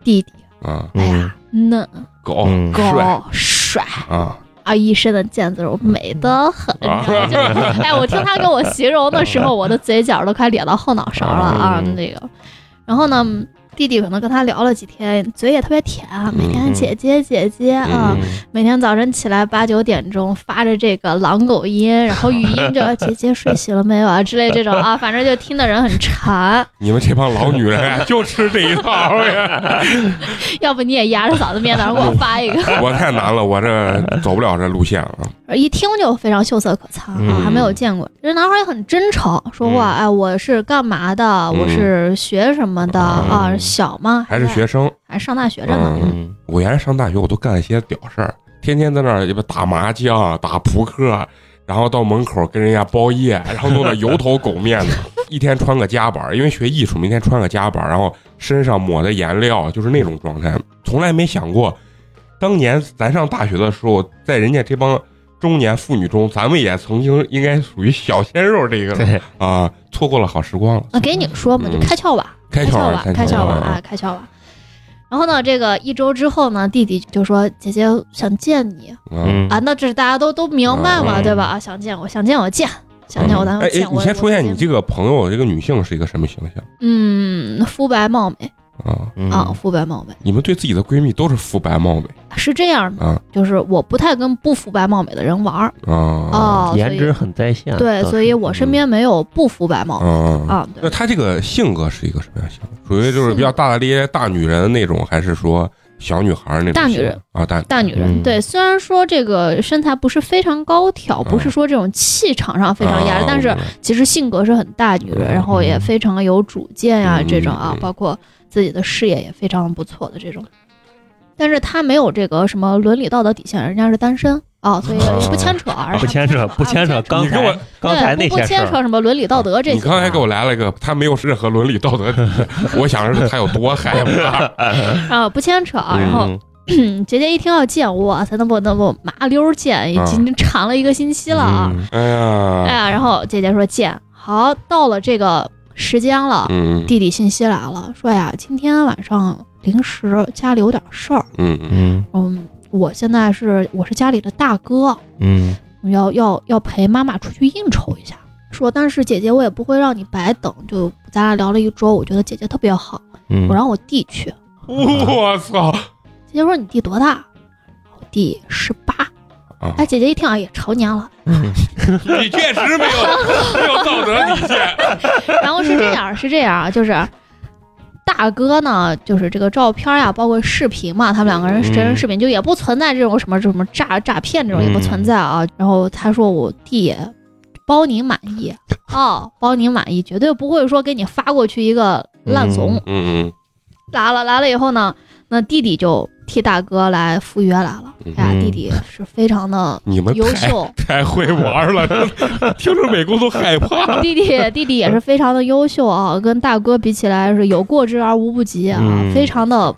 弟弟，
啊，
哎
嗯
呀，嫩
狗
嗯
帅
高帅。
啊，
啊，一身的腱子肉，美得很。
啊
你知道吗就是，哎，我听他跟我形容的时候，我的嘴角都快咧到后脑勺了啊，
嗯
那个。然后呢，弟弟可能跟他聊了几天，嘴也特别甜，啊每天姐姐姐姐啊，
嗯
每天早晨起来八九点钟发着这个狼狗音，然后语音就哎姐姐睡醒了没有啊之类这种啊，反正就听的人很馋。
你们这帮老女人呀，就吃这一套哎呀！
要不你也压着嗓子面早上给我发一个。
我太难了，我这走不了这路线了。
一听就非常秀色可餐啊
嗯，
还没有见过。这男孩也很真诚，说
嗯
话，哎，我是干嘛的？我是学什么的啊？
嗯
小吗？
还是
在
学生，
还上大学着呢？
嗯
嗯
我原来上大学我都干一些屌事儿，天天在那儿打麻将、打扑克，然后到门口跟人家包夜，然后弄得油头狗面的，一天穿个夹板儿，因为学艺术，每天穿个夹板儿，然后身上抹的颜料，就是那种状态，从来没想过，当年咱上大学的时候，在人家这帮中年妇女中，咱们也曾经应该属于小鲜肉这个
对，
啊，错过了好时光了，
啊，给你说嘛，
嗯
就开窍吧，
开
开
窍啊
窍
了，
吧，开窍吧，
了，
哎，开窍吧。然后呢，这个一周之后呢，弟弟就说：“姐姐想见你
嗯，
啊。”那这是大家都都明白嘛，
嗯
对吧？啊，想见我，想见我见，想见我，咱
哎
们
哎
见。，
你
我
先说一下你
我
这个朋友，这个女性是一个什么形象
嗯，肤白貌美
啊？
嗯
啊，肤白貌美
你们对自己的闺蜜都是肤白貌美
是这样的，
啊
就是我不太跟不肤白貌美的人玩儿
啊
哦，所
颜
以
值很在线。
对，
倒是嗯
所以我身边没有不肤白貌美
啊！
啊。对
那她这个性格是一个什么样的性格？属于就是比较
性
大大咧咧大女人那种，还是说小女孩儿那种性格？
大女人
啊，大
大女人、
嗯
对，虽然说这个身材不是非常高挑，不是
嗯
说这种气场上非常压
啊
着，但是
我明白
其实性格是很大女人，然后也非常有主见呀、
嗯
这种啊
嗯，
包括自己的事业也非常不错的这种。但是她没有这个什么伦理道德底线，人家是单身啊、所以
啊
哦
不牵扯啊，
不牵扯，
啊
不牵扯
啊
刚
你给
才
我
刚才
对，
那
不
些
不
事
牵
儿，
扯什么伦理道德这些。
哦你刚才给我来了一个，她没有任何伦理道德 底线，我想着她有多害怕。哎
啊，不牵扯啊。然后
嗯
嗯姐姐一听要见我，哇塞，那不那不麻溜儿见，已经馋了一个星期了啊。
啊嗯
哎呀，
哎呀，然后姐姐说见，好，到了这个时间了，
嗯
弟弟信息来了，说哎呀，今天晚上临时家里有点事儿，
嗯嗯
嗯
嗯，我现在是我是家里的大哥，
嗯
我要要要陪妈妈出去应酬一下。说，但是姐姐我也不会让你白等，就咱俩聊了一周，我觉得姐姐特别好，
嗯，
我让我弟去。
嗯，我操！
姐姐说你弟多大？我弟十八。
啊
哎，姐姐一听啊，也成年了。
你确实 没有没有道德底线。
然后是这样，是这样啊，就是大哥呢，就是这个照片呀、包括视频嘛，他们两个人
嗯
真人视频，就也不存在这种什么什么诈诈骗这种，
嗯
也不存在啊。然后他说我弟也包您满意哦，包您满意，绝对不会说给你发过去一个烂怂。
嗯
来了来了以后呢，那弟弟就替大哥来赴约来了。哎呀，
嗯
弟弟是非常的
你们
优
太
秀。
太会玩了， 听着美工都害怕。
弟弟弟弟也是非常的优秀啊，跟大哥比起来是有过之而无不及啊，
嗯
非常的，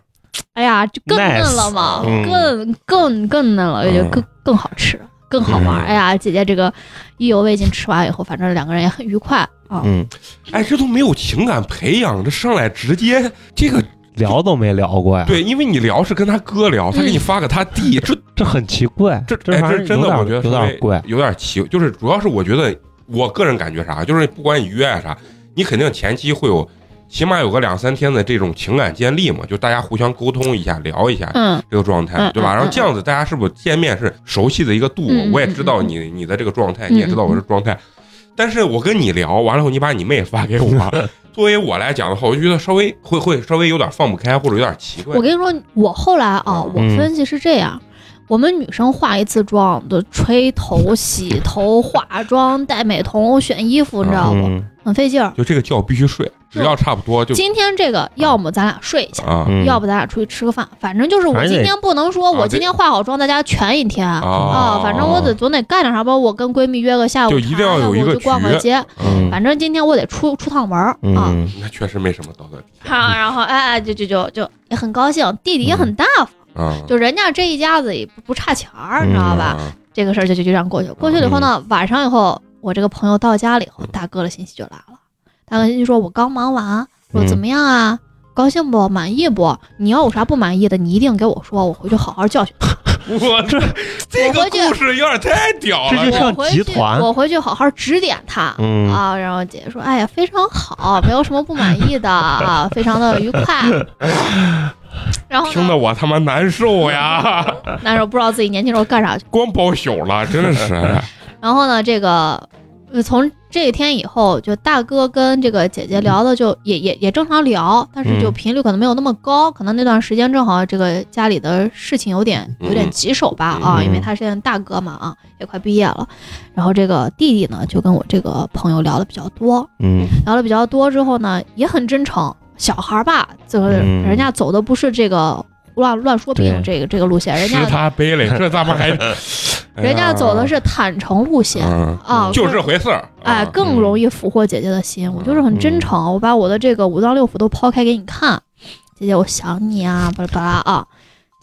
哎呀，就更嫩了嘛
Nice，嗯
更更更嫩了，也就
嗯
更更好吃，更好玩。
嗯
哎呀，姐姐这个意犹未尽，吃完以后，反正两个人也很愉快啊。
嗯，
哎，这都没有情感培养，这上来直接这
嗯
个
聊都没聊过呀，
对，因为你聊是跟他哥聊，他给你发个他弟，这
这很奇怪，
这
这
哎
玩意
这
儿
真
有
的
点
我觉得
有
稍微
点怪，
有点奇，就是主要是我觉得我个人感觉啥，就是不管你约啊啥，你肯定前期会有。起码有个两三天的这种情感建立嘛，就大家互相沟通一下，聊一下，
嗯，
这个状态，
嗯
对吧？
嗯
然后
嗯
这样子，大家是不是见面是熟悉的一个度？
嗯嗯嗯
我也知道你你的这个状态，你也知道我的状态。但是我跟你聊完了以后，你把你妹发给我， 作为我来讲的话，我就觉得稍微会会稍微有点放不开，或者有点奇怪
我。跟你说，我后来啊，我
嗯
分析是这样。我们女生化一次妆都吹头、洗头、化妆、戴美瞳、选衣服，你知道不？
嗯
很费劲儿。
就这个觉必须睡，只要差不多就
今天这个，要么咱俩睡一下，
啊
嗯，
要不咱俩出去吃个饭，反正就是我
反正
今
得
天不能说
啊
我
这
今天化好妆在家全一天啊
啊
反正我得总得干点啥吧。我跟闺蜜约个下午
就
茶，
一定要有一
要
个
不我去逛
局
个街，
嗯
反正今天我得出出趟门儿啊。
嗯
那确实没什么道德底
好，然后哎哎，就就就就也很高兴，弟弟也很大方，
啊。
就人家这一家子也不不差钱儿，你知道吧？
啊？
这个事儿就就就这样过去了。过去了以后
嗯
呢，晚上以后，我这个朋友到家了以后，大哥的信息就来了。大哥信息说：“我刚忙完，说
嗯
怎么样啊？高兴不？满意不？你要有啥不满意的，你一定给我说，我回去好好教训你。
我这这
我
个
回去
故事有点太屌
这
了
我
就像
回
集
去，
团
我回去好好指点他。
嗯
啊，然后姐姐说：“哎呀，非常好，没有什么不满意的啊，非常的愉 快。”然后
听得
呢，
我他妈难受呀，
那时候不知道自己年轻时候干啥去了。
光包宿了，真的 是。
然后呢，这个呃从这一天以后，就大哥跟这个姐姐聊的就也也也正常聊，但是就
嗯
频率可能没有那么高，可能那段时间正好这个家里的事情有点有点
嗯
棘手吧啊，
嗯
因为他现在大哥嘛啊，也快毕业了。然后这个弟弟呢，就跟我这个朋友聊的比较多，
嗯
聊的比较多之后呢，也很真诚。小孩儿吧，就是
嗯
人家走的不是这个乱乱说病
对
这个这个路线，哎人
是
家
他背 嘞，这他妈还，哎呀
人家走的是坦诚路线
嗯
啊，
就
更
这回事儿，
哎，
啊
更容易俘获姐姐的心。我就是很真
嗯
诚，我把我的这个五脏六腑都抛开给你看，姐姐，我想你啊，巴拉巴拉啊。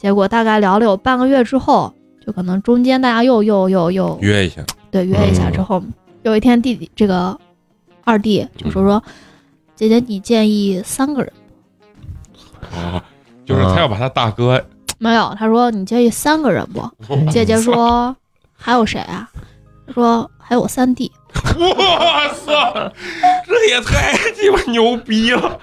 结果大概聊了有半个月之后，就可能中间大家又又又又
约一嗯下，
对约一下之后，有一天弟弟这个二
嗯
弟就说说，姐姐你建议三个人，
啊，就是
啊
他要把他大哥，
没有，他说你介意三个人不？
嗯
姐姐说还有谁啊？他说还有我三弟。
我操，这也太鸡巴牛逼了！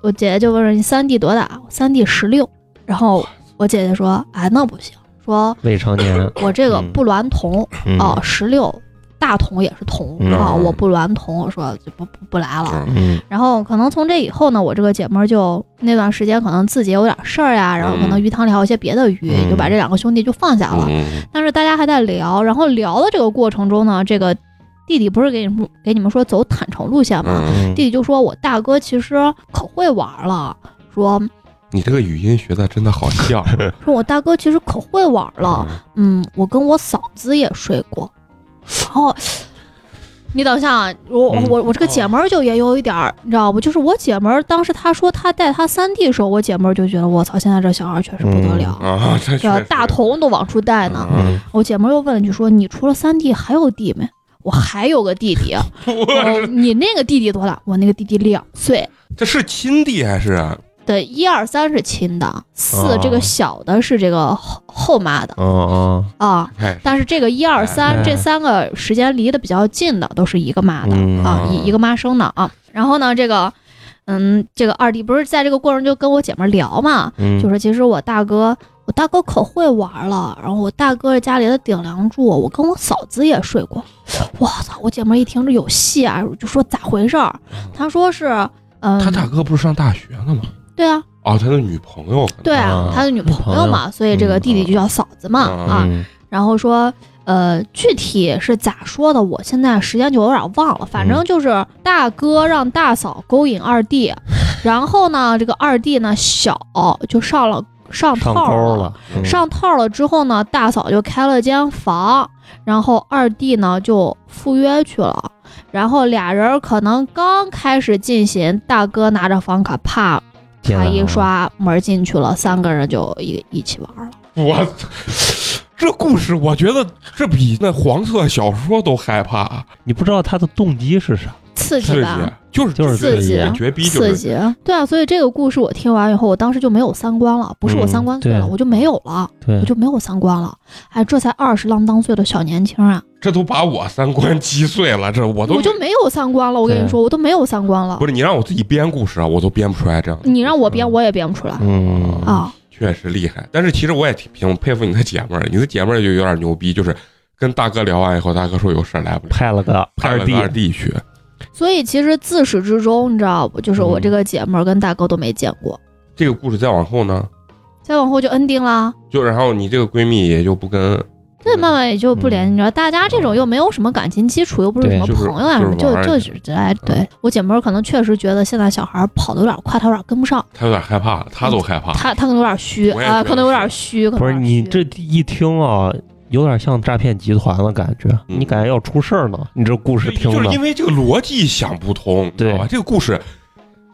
我姐姐就问说你三弟多大？我三弟十六。然后我姐姐说哎那不行，说
未成年，
我这个
嗯
不娈童
嗯
哦，十六大童也是童
嗯
啊，我不娈童，我说就不不不来了。
嗯
嗯
然后可能从这以后呢，我这个姐们儿就那段时间可能自己也有点事儿呀，然后可能鱼塘里还有一些别的鱼，
嗯
就把这两个兄弟就放下了。
嗯
但是大家还在聊，然后聊的这个过程中呢，这个弟弟不是给你们给你们说走坦诚路线吗？
嗯，
嗯
弟弟就说：“我大哥其实可会玩了，说
你这个语音学的真的好 像
说我大哥其实可会玩了，嗯，我跟我嫂子也睡过，然后。”你等一下啊，我
嗯
我我这个姐们儿就也有一点儿，你知道不？就是我姐们儿当时她说她带她三弟的时候，我姐们儿就觉得我操，现在这小孩儿确实不得了，
啊，这
对吧？大童都往出带呢。
嗯
我姐们儿又问了一句说：“你除了三弟还有弟没？”我还有个弟弟， 我你那个弟弟多大？我那个弟弟两岁。
这是亲弟还是啊？
对，一二三是亲的，四
哦
这个小的是这个后后妈的
哦哦，
啊。
哎，
但是这个一二三这三个时间离得比较近的，都是一个妈的
嗯
啊，一一个妈生的啊。然后呢，这个，嗯，这个二弟不是在这个过程就跟我姐们儿聊嘛，
嗯，
就说其实我大哥，我大哥可会玩了，然后我大哥是家里的顶梁柱，我跟我嫂子也睡过。我操！我姐们儿一听这有戏啊，就说咋回事儿？她说是，嗯，
他大哥不是上大学了吗？
对啊，
哦，他的女朋友可能
对啊
啊，
他的女朋友嘛，所以这个弟弟就叫嫂子嘛
嗯
啊。
嗯
然后说，呃，具体是咋说的，我现在时间就有点忘了，反正就是大哥让大嫂勾引二弟，然后呢，这个二弟呢小就上了上
上
套
钩
了。
了，嗯
上套了之后呢，大嫂就开了间房，然后二弟呢就赴约去了。然后俩人可能刚开始进行，大哥拿着房卡，啪，
进
他
来
一
了
刷门进去了，三个人就一一起玩了。
我操，这故事我觉得这比那黄色小说都害怕，啊
你不知道他的动机是啥，
刺激
刺激
吧，，
就是
就是
刺激啊
这绝逼就
刺
是
激，对啊，所以这个故事我听完以后，我当时就没有三观了，不是我
嗯
三观碎了，
对
我就没有了，
对
我，就没有三观了。哎，这才二十浪当岁的小年轻啊，
这都把我三观击碎了，这我都
我就没有三观了。我跟你
对
说，我都没有三观了
不。是你让我自己编故事啊，我都编不出来这样的。
你让我编，
嗯
我也编不出来
嗯
啊。
确实厉害，但是其实我也挺挺佩服你的姐妹儿，你的姐妹儿就有点牛逼，就是跟大哥聊完以后，大哥说有事儿来不了，
派了个
派了
弟
个，二弟去，
所以其实自始至终，你知道不？就是我
嗯
这个姐们儿跟大哥都没见过。
这个故事再往后呢，
再往后就 ending 啦，
就然后你这个闺蜜也就不跟，嗯
这慢慢也就不联系了。大家这种又没有什么感情基础，又不是
对
什么
就是
朋友啊什么，
就是
就
玩儿嗯
就
一
只是哎，对我姐们儿可能确实觉得现在小孩儿跑的有点快，她有点跟不上，
她有点害怕了，她都害怕了，
她她可能有点虚
啊我也
啊，
觉得
可能有点
是
虚，可能
不是
有点
你
虚
这一听啊，有点像诈骗集团的感觉，
嗯
你感觉要出事儿呢，你这故事听
就是
的
因，为这个逻辑想不通，你知道吧？这个故事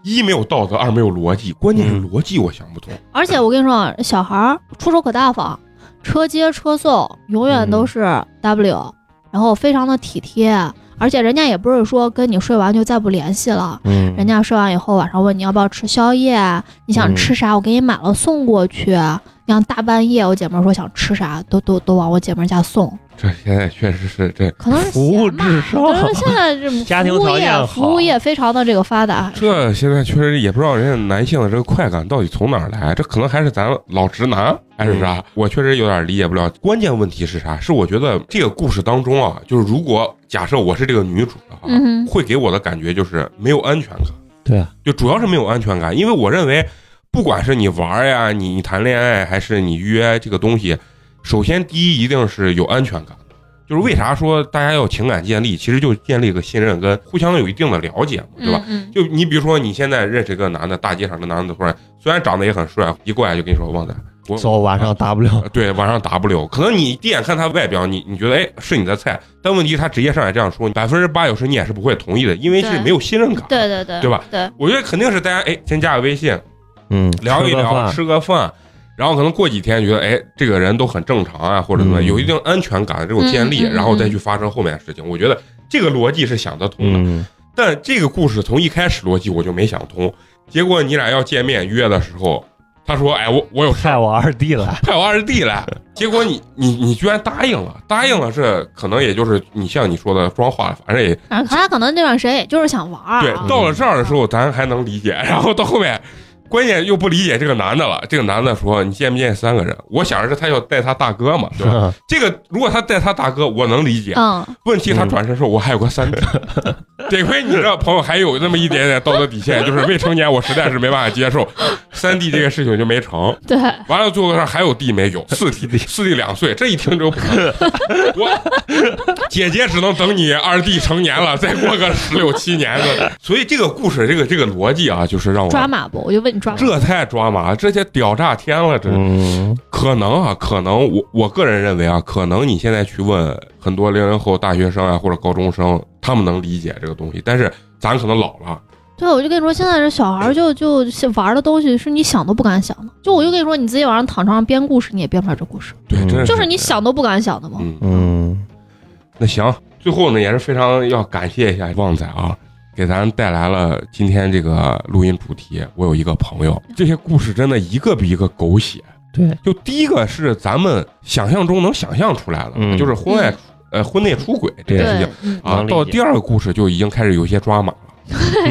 一没有道德，二没有逻辑，关键是逻辑我想不通。
而且我跟你说啊，小孩儿出手可大方，车接车送，永远
嗯
都是 W，、然后非常的体贴，而且人家也不是说跟你睡完就再不联系了。
嗯，
人家睡完以后，晚上问你要不要吃宵夜，啊你想吃啥，我给你买了送过去。你像大半夜，我姐们儿说想吃啥，都都都往我姐们儿家送，
这现在确实是这
可能是
服务
闲吧
至上
可能是现在这
家庭
服务
条件
业
好
服务业非常的这个发达，
这现在确实也不知道人家男性的这个快感到底从哪儿来，这可能还是咱老直男还是啥？我确实有点理解不了。关键问题是啥？是我觉得这个故事当中啊，就是如果假设我是这个女主的话，
嗯哼
会给我的感觉就是没有安全感，
对啊，
就主要是没有安全感，因为我认为，不管是你玩儿呀，你你谈恋爱，还是你约这个东西，首先第一一定是有安全感的。就是为啥说大家要情感建立，其实就建立一个信任跟互相有一定的了解嘛，对吧？
嗯
就你比如说，你现在认识一个男的，大街上的男的突然虽然长得也很帅，一过来就跟你说旺仔，我
走晚上 W，
呃对晚上 W，可能你第一眼看他外表，你你觉得哎是你的菜，但问题是他直接上来这样说，百分之八九十你也是不会同意的，因为是
对
没有信任感。
对对对，
对吧？
对，
我觉得肯定是大家哎先加个微信
嗯，
聊一
吃个
聊，
饭
吃个饭。然后可能过几天觉得，哎，这个人都很正常啊，或者怎么样
嗯
有一定安全感的这种建立，
嗯嗯嗯
然后再去发生后面的事情。我觉得这个逻辑是想得通的。
嗯，
但这个故事从一开始逻辑我就没想通，结果你俩要见面约的时候，他说：“哎，我我有 事儿
派我二弟来，
派我二弟来。”结果你你你居然答应了，答应了这可能也就是你像你说的装话，反正也
反正他可能那段时间也就是想玩儿
对
啊，。
到了这儿的时候咱还能理解，然后到后面。关键又不理解这个男的了。这个男的说：“你见没见三个人？”我想着是他要带他大哥嘛，对 吧？这个如果他带他大哥，我能理解。
啊
嗯，
问题他转身说：“我还有个三弟。” 得亏你这朋友还有那么一点点道德底线，就是未成年，我实在是没办法接受三弟这个事情就没成。
对，
完了，最后这还有弟没有，四弟，四弟两岁，这一听就不可能。我姐姐只能等你二弟成年了，再过个十六七年的。所以这个故事，这个这个逻辑啊，就是让
抓
我
马不？我就问你抓马。
这太抓马，这些屌炸天了，这
嗯，
可能啊，可能我我个人认为啊，可能你现在去问很多零零后大学生啊或者高中生，他们能理解这个东西，但是咱可能老了，
对，我就跟你说，现在这小孩儿就就玩的东西是你想都不敢想的。就我就跟你说，你自己晚上躺床上编故事，你也编不出来这故事，
对，
嗯
真是
就是你想都不敢想的嘛。
嗯
嗯，
那行，最后呢也是非常要感谢一下旺仔啊，给咱带来了今天这个录音主题。我有一个朋友，这些故事真的一个比一个狗血。
对，
就第一个是咱们想象中能想象出来的，
嗯
就是婚外、呃婚内出轨这件事
对
情，
嗯
啊
能，理解
到第二个故事就已经开始有些抓马了。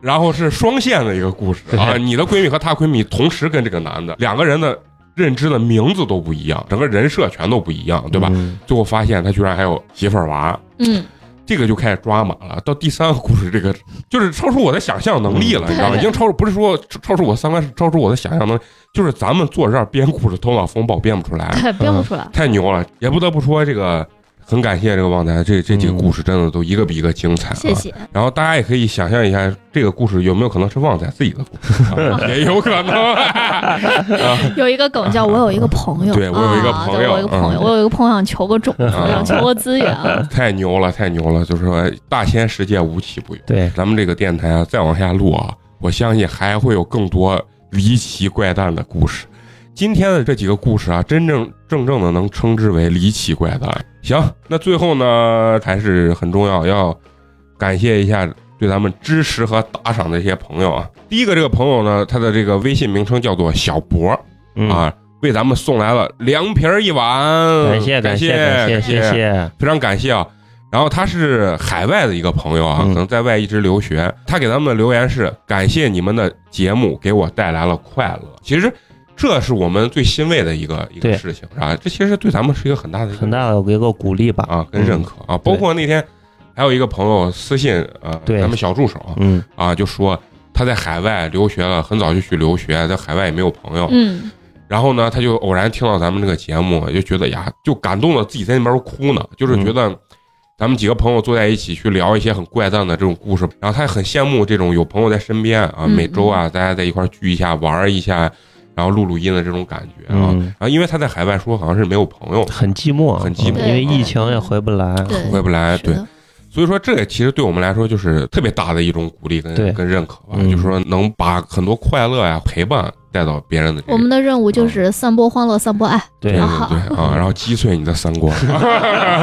然后是双线的一个故事啊，
对
你的闺蜜和她闺蜜同时跟这个男的，两个人的认知的名字都不一样，整个人设全都不一样，对吧？
嗯
最后发现他居然还有媳妇儿娃，
嗯，
这个就开始抓马了。到第三个故事，这个就是超出我的想象能力了，
嗯
你知道 吗？
对
已经超出不是说超超出我的三观，是超出我的想象能力。就是咱们坐这儿编故事，头脑风暴编不出来，
对，编不出来。
太牛了！也不得不说，这个很感谢这个旺仔，这这几个
嗯
故事真的都一个比一个精彩、啊。
谢谢，
然后大家也可以想象一下，这个故事有没有可能是旺仔自己的故事？ 啊也有可能。啊
有一个梗叫“我有一个朋友”，
对我有一个朋友
啊对我有一个朋友，
嗯
我有一个朋友想求个种子，
啊
想求个资源啊。
太牛了，太牛了！就是说，大千世界无奇不有。
对，
咱们这个电台啊，再往下录啊，我相信还会有更多离奇怪诞的故事。今天的这几个故事啊，真正正正的能称之为离奇怪诞。行，那最后呢，还是很重要，要感谢一下对咱们支持和打赏的一些朋友啊。第一个这个朋友呢，他的这个微信名称叫做小博
嗯，
啊，为咱们送来了凉皮儿一碗，
感谢
感
谢
感
感谢谢谢，
非常感谢啊。然后他是海外的一个朋友啊，
嗯
可能在外一直留学。他给咱们的留言是：感谢你们的节目给我带来了快乐。其实这是我们最欣慰的一个一个
对
事情，是吧？这其实对咱们是一个很大的一个
很大的一个鼓励吧，
啊跟认可啊。包括那天还有一个朋友私信呃，
对
咱们小助手啊
嗯，
啊，就说他在海外留学了，很早就去留学，在海外也没有朋友。
嗯，
然后呢，他就偶然听到咱们这个节目，就觉得呀，就感动的自己在那边哭呢，就是觉
嗯
得咱们几个朋友坐在一起去聊一些很怪诞的这种故事，然后他也很羡慕这种有朋友在身边啊，
嗯
每周啊大家在一块儿聚一下、玩儿一下，然后录录音的这种感觉啊。
嗯，
然后因为他在海外说好像是没有朋友，
很寂寞，
很寂
嗯
寞
因为疫情也回不来，
对，
回不来，
是
哎对，
的
所以说这也其实对我们来说就是特别大的一种鼓励跟
对
跟认可吧，
嗯
就是说能把很多快乐呀、陪伴带到别人的这
我
个
们的任务就是散播欢乐，散播爱。
对
对
啊
对 对啊，然后击碎你的三观。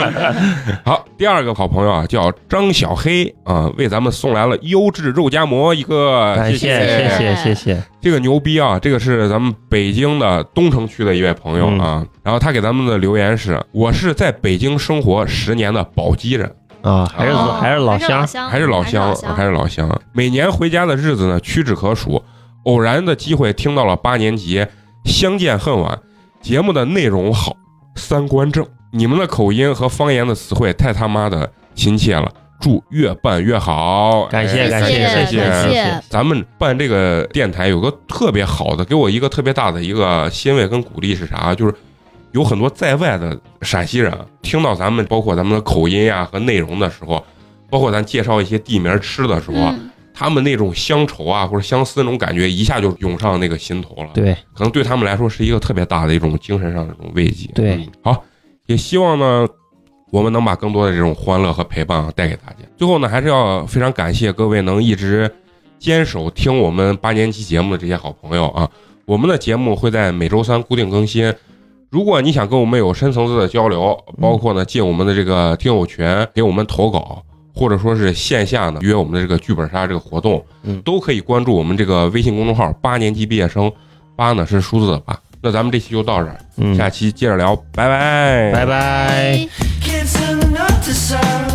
好，第二个好朋友啊，叫张小黑啊，为咱们送来了优质肉夹馍一个，
感
谢
谢
谢
谢谢谢，
这个牛逼啊！这个是咱们北京的东城区的一位朋友啊，
嗯
然后他给咱们的留言是：我是在北京生活十年的宝鸡人，
啊，还是
哦
还是老乡，
乡
还是老乡，还是老乡，每年回家的日子呢屈指可数，偶然的机会听到了八年级相见恨晚，节目的内容好，三观正，你们的口音和方言的词汇太他妈的亲切了，祝越办越好，
感
哎
谢感
谢
谢
谢
感
谢
谢
谢，
咱们办这个电台有个特别好的，给我一个特别大的一个欣慰跟鼓励是啥？就是有很多在外的陕西人啊听到咱们，包括咱们的口音呀、和内容的时候，包括咱介绍一些地名吃的时候，啊，
嗯
他们那种乡愁啊或者相思那种感觉，一下就涌上那个心头了。
对，
可能对他们来说是一个特别大的一种精神上的一种慰藉。
对
嗯，好，也希望呢，我们能把更多的这种欢乐和陪伴啊带给大家。最后呢，还是要非常感谢各位能一直坚守听我们八年级节目的这些好朋友啊。我们的节目会在每周三固定更新。如果你想跟我们有深层次的交流，包括呢进我们的这个听友群，给我们投稿，或者说是线下呢约我们的这个剧本杀这个活动，
嗯
都可以关注我们这个微信公众号“八年级毕业生”，八呢是数字的八。那咱们这期就到这儿，
嗯，
下期接着聊，拜拜，
拜拜。
哎
Can't turn enough to sound